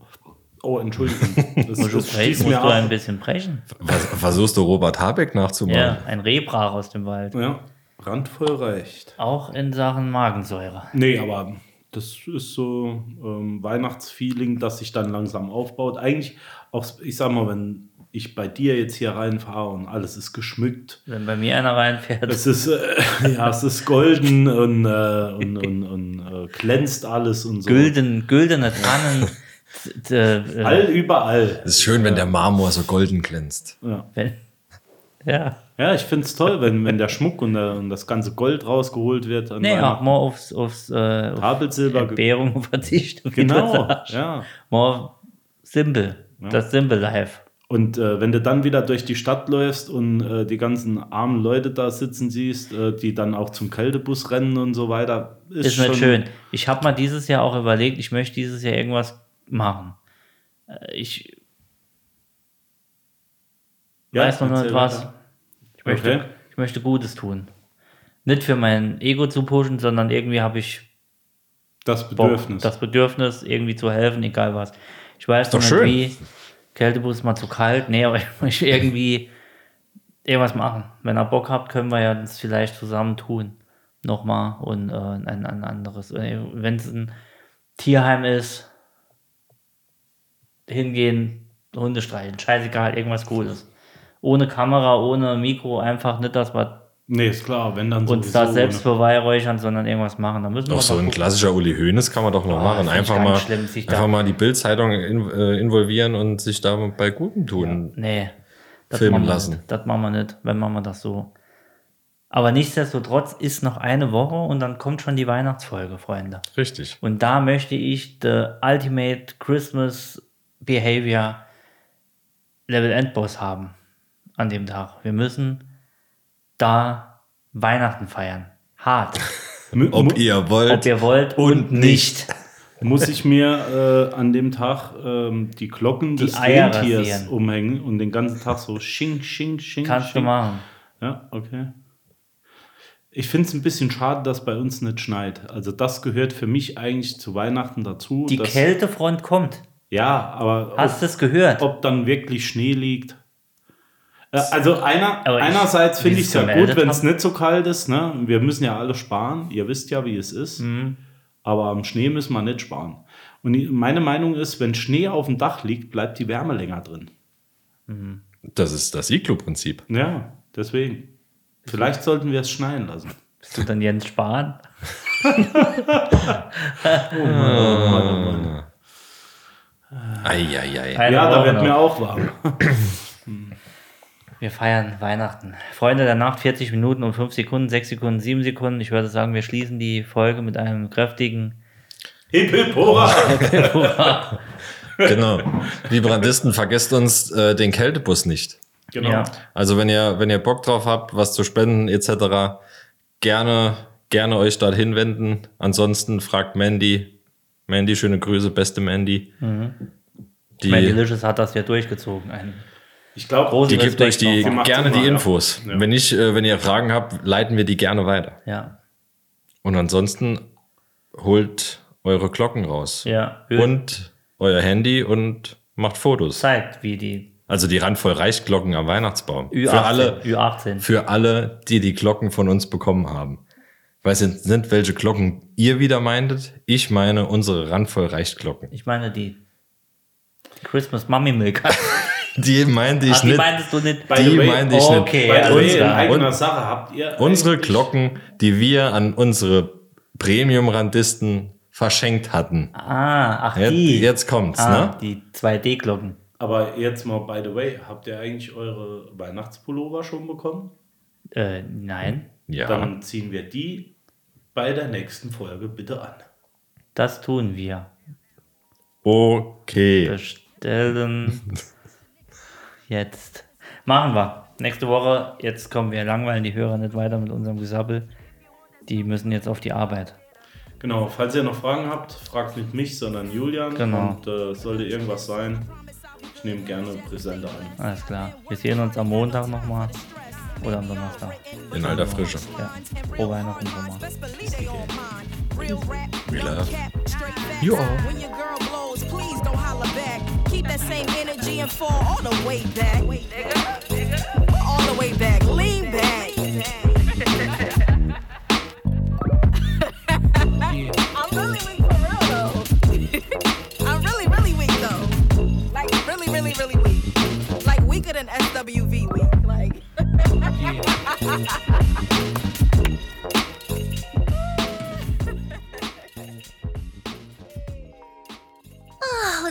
[SPEAKER 5] Oh, Entschuldigung. Das,
[SPEAKER 4] Musst du,
[SPEAKER 5] das
[SPEAKER 4] brechen,
[SPEAKER 5] stieß
[SPEAKER 4] musst
[SPEAKER 5] mir
[SPEAKER 4] du ein
[SPEAKER 5] ab.
[SPEAKER 4] bisschen brechen.
[SPEAKER 6] Was, versuchst du Robert Habeck nachzumachen?
[SPEAKER 4] Ja, ein Rehbrach aus dem Wald.
[SPEAKER 5] Ja, randvoll recht.
[SPEAKER 4] Auch in Sachen Magensäure.
[SPEAKER 5] Nee, aber das ist so ähm, Weihnachtsfeeling, das sich dann langsam aufbaut. Eigentlich, auch, ich sag mal, wenn ich bei dir jetzt hier reinfahre und alles ist geschmückt.
[SPEAKER 4] Wenn bei mir einer reinfährt.
[SPEAKER 5] Es ist, äh, ja, es ist golden und, äh, und, und, und äh, glänzt alles und so.
[SPEAKER 4] Gülden, güldene Tannen. z- z- äh,
[SPEAKER 5] All überall.
[SPEAKER 6] Ist schön, wenn der Marmor so golden glänzt.
[SPEAKER 5] Ja,
[SPEAKER 4] Wenn, ja.
[SPEAKER 5] ja ich finde es toll, wenn, wenn der Schmuck und, der, und das ganze Gold rausgeholt wird. An
[SPEAKER 4] Nee, auch
[SPEAKER 5] Weihnachten.
[SPEAKER 4] mal aufs, aufs äh, auf
[SPEAKER 5] Tafelsilber. ge-
[SPEAKER 4] Entbehrung verzichten. wie du
[SPEAKER 5] Genau,
[SPEAKER 4] sagst.
[SPEAKER 5] ja.
[SPEAKER 4] Mal auf simpel. Das simple Life.
[SPEAKER 5] Und äh, wenn du dann wieder durch die Stadt läufst und äh, die ganzen armen Leute da sitzen siehst, äh, die dann auch zum Kältebus rennen und so weiter,
[SPEAKER 4] Ist nicht schön. Ich habe mal dieses Jahr auch überlegt, ich möchte dieses Jahr irgendwas machen. Äh, Ich
[SPEAKER 5] Ja,
[SPEAKER 4] weiß noch nicht
[SPEAKER 5] erzähl
[SPEAKER 4] was.
[SPEAKER 5] weiter.
[SPEAKER 4] Ich möchte,
[SPEAKER 5] Okay.
[SPEAKER 4] ich möchte Gutes tun. Nicht für mein Ego zu pushen, sondern irgendwie habe ich
[SPEAKER 5] Das
[SPEAKER 4] Bock,
[SPEAKER 5] Bedürfnis.
[SPEAKER 4] das Bedürfnis, irgendwie zu helfen, egal was. Ich weiß
[SPEAKER 6] doch
[SPEAKER 4] noch nicht
[SPEAKER 6] schön.
[SPEAKER 4] wie. Kältebus ist mal zu kalt. Nee, aber ich möchte irgendwie irgendwas machen. Wenn ihr Bock habt, können wir ja das vielleicht zusammen tun. Nochmal und äh, ein, ein anderes. Wenn es ein Tierheim ist, hingehen, Hunde streicheln. Scheißegal, irgendwas Cooles. Ohne Kamera, ohne Mikro, einfach nicht, dass wir
[SPEAKER 5] nee, ist klar, wenn dann
[SPEAKER 4] uns
[SPEAKER 5] sowieso ne?
[SPEAKER 4] da selbst
[SPEAKER 5] ohne.
[SPEAKER 4] beweihräuchern, sondern irgendwas machen. Da müssen wir
[SPEAKER 6] Doch, so
[SPEAKER 4] mal
[SPEAKER 6] ein
[SPEAKER 4] gucken.
[SPEAKER 6] klassischer Uli Hoeneß kann man doch noch machen.
[SPEAKER 4] find ich
[SPEAKER 6] Einfach
[SPEAKER 4] ganz
[SPEAKER 6] mal,
[SPEAKER 4] schlimm, sich da-
[SPEAKER 6] einfach mal die Bildzeitung in, äh, involvieren und sich da bei Guten tun.
[SPEAKER 4] Nee. Das
[SPEAKER 6] filmen
[SPEAKER 4] machen wir
[SPEAKER 6] lassen.
[SPEAKER 4] Nicht. Das machen wir nicht, wenn machen wir das so. Aber nichtsdestotrotz ist noch eine Woche und dann kommt schon die Weihnachtsfolge, Freunde.
[SPEAKER 6] Richtig.
[SPEAKER 4] Und da möchte ich the Ultimate Christmas Behavior Level Endboss haben an dem Tag. Wir müssen da Weihnachten feiern. Hart.
[SPEAKER 5] Mü-
[SPEAKER 6] Ob
[SPEAKER 5] mu-
[SPEAKER 6] ihr wollt.
[SPEAKER 4] Ob ihr wollt und,
[SPEAKER 6] und
[SPEAKER 4] nicht.
[SPEAKER 5] muss ich mir äh, an dem Tag ähm, die Glocken des
[SPEAKER 4] Eier
[SPEAKER 5] Rentiers
[SPEAKER 4] rasieren.
[SPEAKER 5] umhängen und den ganzen Tag so sching, sching, sching.
[SPEAKER 4] Kannst du
[SPEAKER 5] sching.
[SPEAKER 4] machen.
[SPEAKER 5] Ja, okay. Ich finde es ein bisschen schade, dass bei uns nicht schneit. Also das gehört für mich eigentlich zu Weihnachten dazu.
[SPEAKER 4] Die
[SPEAKER 5] dass,
[SPEAKER 4] Kältefront kommt.
[SPEAKER 5] Ja, aber
[SPEAKER 4] Hast du es gehört?
[SPEAKER 5] ob dann wirklich Schnee liegt. Äh, Also einer,
[SPEAKER 4] Aber ich-
[SPEAKER 5] einerseits
[SPEAKER 4] wie
[SPEAKER 5] finde
[SPEAKER 4] sie
[SPEAKER 5] ich
[SPEAKER 4] es
[SPEAKER 5] es ja
[SPEAKER 4] gemeldet
[SPEAKER 5] gut, wenn es
[SPEAKER 4] haben.
[SPEAKER 5] nicht so kalt ist. Ne? Wir müssen ja alle sparen. Ihr wisst ja, wie es ist.
[SPEAKER 4] Mhm.
[SPEAKER 5] Aber am Schnee müssen wir nicht sparen. Und die- meine Meinung ist, wenn Schnee auf dem Dach liegt, bleibt die Wärme länger drin.
[SPEAKER 6] Das ist das Iglo-Prinzip.
[SPEAKER 5] Ja, deswegen. Vielleicht sollten wir es schneien lassen.
[SPEAKER 4] Bist du dann Jens Spahn?
[SPEAKER 6] Eieiei.
[SPEAKER 4] Eine
[SPEAKER 5] Ja, da
[SPEAKER 4] Woche
[SPEAKER 5] wird
[SPEAKER 4] noch.
[SPEAKER 5] mir auch warm.
[SPEAKER 4] Wir feiern Weihnachten. Freunde der Nacht, 40 Minuten und 5 Sekunden, 6 Sekunden, 7 Sekunden. Ich würde sagen, wir schließen die Folge mit einem kräftigen.
[SPEAKER 5] Hip, hip, hurra!
[SPEAKER 6] Genau. Liebrandisten, vergesst uns äh, den Kältebus nicht.
[SPEAKER 5] Genau.
[SPEAKER 4] Ja.
[SPEAKER 6] Also wenn ihr, wenn ihr Bock drauf habt, was zu spenden etc., gerne, gerne euch dorthin wenden. Ansonsten fragt Mandy. Mandy, schöne Grüße, beste Mandy. Die,
[SPEAKER 4] Mandelicious hat das ja durchgezogen. Ein
[SPEAKER 5] Ich glaube,
[SPEAKER 4] großen
[SPEAKER 6] die gibt euch
[SPEAKER 4] Respekt
[SPEAKER 6] die,
[SPEAKER 5] Sie macht
[SPEAKER 6] gerne
[SPEAKER 5] immer,
[SPEAKER 6] die
[SPEAKER 5] ja.
[SPEAKER 6] Infos.
[SPEAKER 5] Ja.
[SPEAKER 6] Wenn, ich, äh, wenn ihr Fragen habt, leiten wir die gerne weiter.
[SPEAKER 4] noch. Ja.
[SPEAKER 6] Und ansonsten holt eure Glocken raus.
[SPEAKER 4] Ja.
[SPEAKER 6] Und euer Handy und macht Fotos.
[SPEAKER 4] Zeigt, wie die
[SPEAKER 6] Also die randvoll Reichglocken am Weihnachtsbaum.
[SPEAKER 4] Ü18.
[SPEAKER 6] Für alle,
[SPEAKER 4] Ü18.
[SPEAKER 6] für alle, die die Glocken von uns bekommen haben. Ich Weiß jetzt nicht, welche Glocken ihr wieder meintet. Ich meine unsere randvoll Reichglocken.
[SPEAKER 4] Ich meine die Christmas Mummy Milk.
[SPEAKER 6] Die meinte ich
[SPEAKER 4] Ach, die
[SPEAKER 6] nicht.
[SPEAKER 4] meintest du nicht?
[SPEAKER 5] By the
[SPEAKER 6] die
[SPEAKER 5] way,
[SPEAKER 6] meinte ich
[SPEAKER 4] okay,
[SPEAKER 5] By
[SPEAKER 6] nicht.
[SPEAKER 5] the
[SPEAKER 4] alles
[SPEAKER 5] way, in
[SPEAKER 4] klar.
[SPEAKER 5] eigener
[SPEAKER 6] Und-
[SPEAKER 5] Sache habt ihr.
[SPEAKER 6] Unsere
[SPEAKER 5] eigentlich-
[SPEAKER 6] Glocken, die wir an unsere Premium-Randisten verschenkt hatten.
[SPEAKER 4] Ah, ach
[SPEAKER 6] Jetzt,
[SPEAKER 4] die.
[SPEAKER 6] jetzt kommt's,
[SPEAKER 4] ah,
[SPEAKER 6] ne?
[SPEAKER 4] Die 2D-Glocken.
[SPEAKER 5] Aber jetzt mal, by the way, habt ihr eigentlich eure Weihnachtspullover schon bekommen?
[SPEAKER 4] Äh, nein.
[SPEAKER 6] ne? Ja.
[SPEAKER 5] Dann ziehen wir die bei der nächsten Folge bitte an.
[SPEAKER 4] Das tun wir.
[SPEAKER 6] Okay.
[SPEAKER 4] Bestellen. Jetzt. Machen wir. Nächste Woche. Jetzt kommen wir langweilen die Hörer nicht weiter mit unserem Gesabbel. Die müssen jetzt auf die Arbeit.
[SPEAKER 5] Genau, falls ihr noch Fragen habt, fragt nicht mich, sondern Julian.
[SPEAKER 4] Genau.
[SPEAKER 5] Und äh, sollte irgendwas sein, ich nehme gerne Präsente an.
[SPEAKER 4] Alles klar. Wir sehen uns am Montag nochmal. Oder am Donnerstag.
[SPEAKER 6] In alter Frische.
[SPEAKER 4] Ja. Frohe Weihnachten schon mal.
[SPEAKER 3] Best believe they on mine. Real rap,
[SPEAKER 6] We
[SPEAKER 3] no
[SPEAKER 6] love
[SPEAKER 3] cap, straight facts.
[SPEAKER 6] you all.
[SPEAKER 3] When your girl blows, please don't holler back. Keep that same energy and fall all the way back. All the way back. Lean back. I'm really weak for real though. I'm really, really weak though. Like really, really, really weak. Like weaker than SWV weak. Like.
[SPEAKER 1] Oh,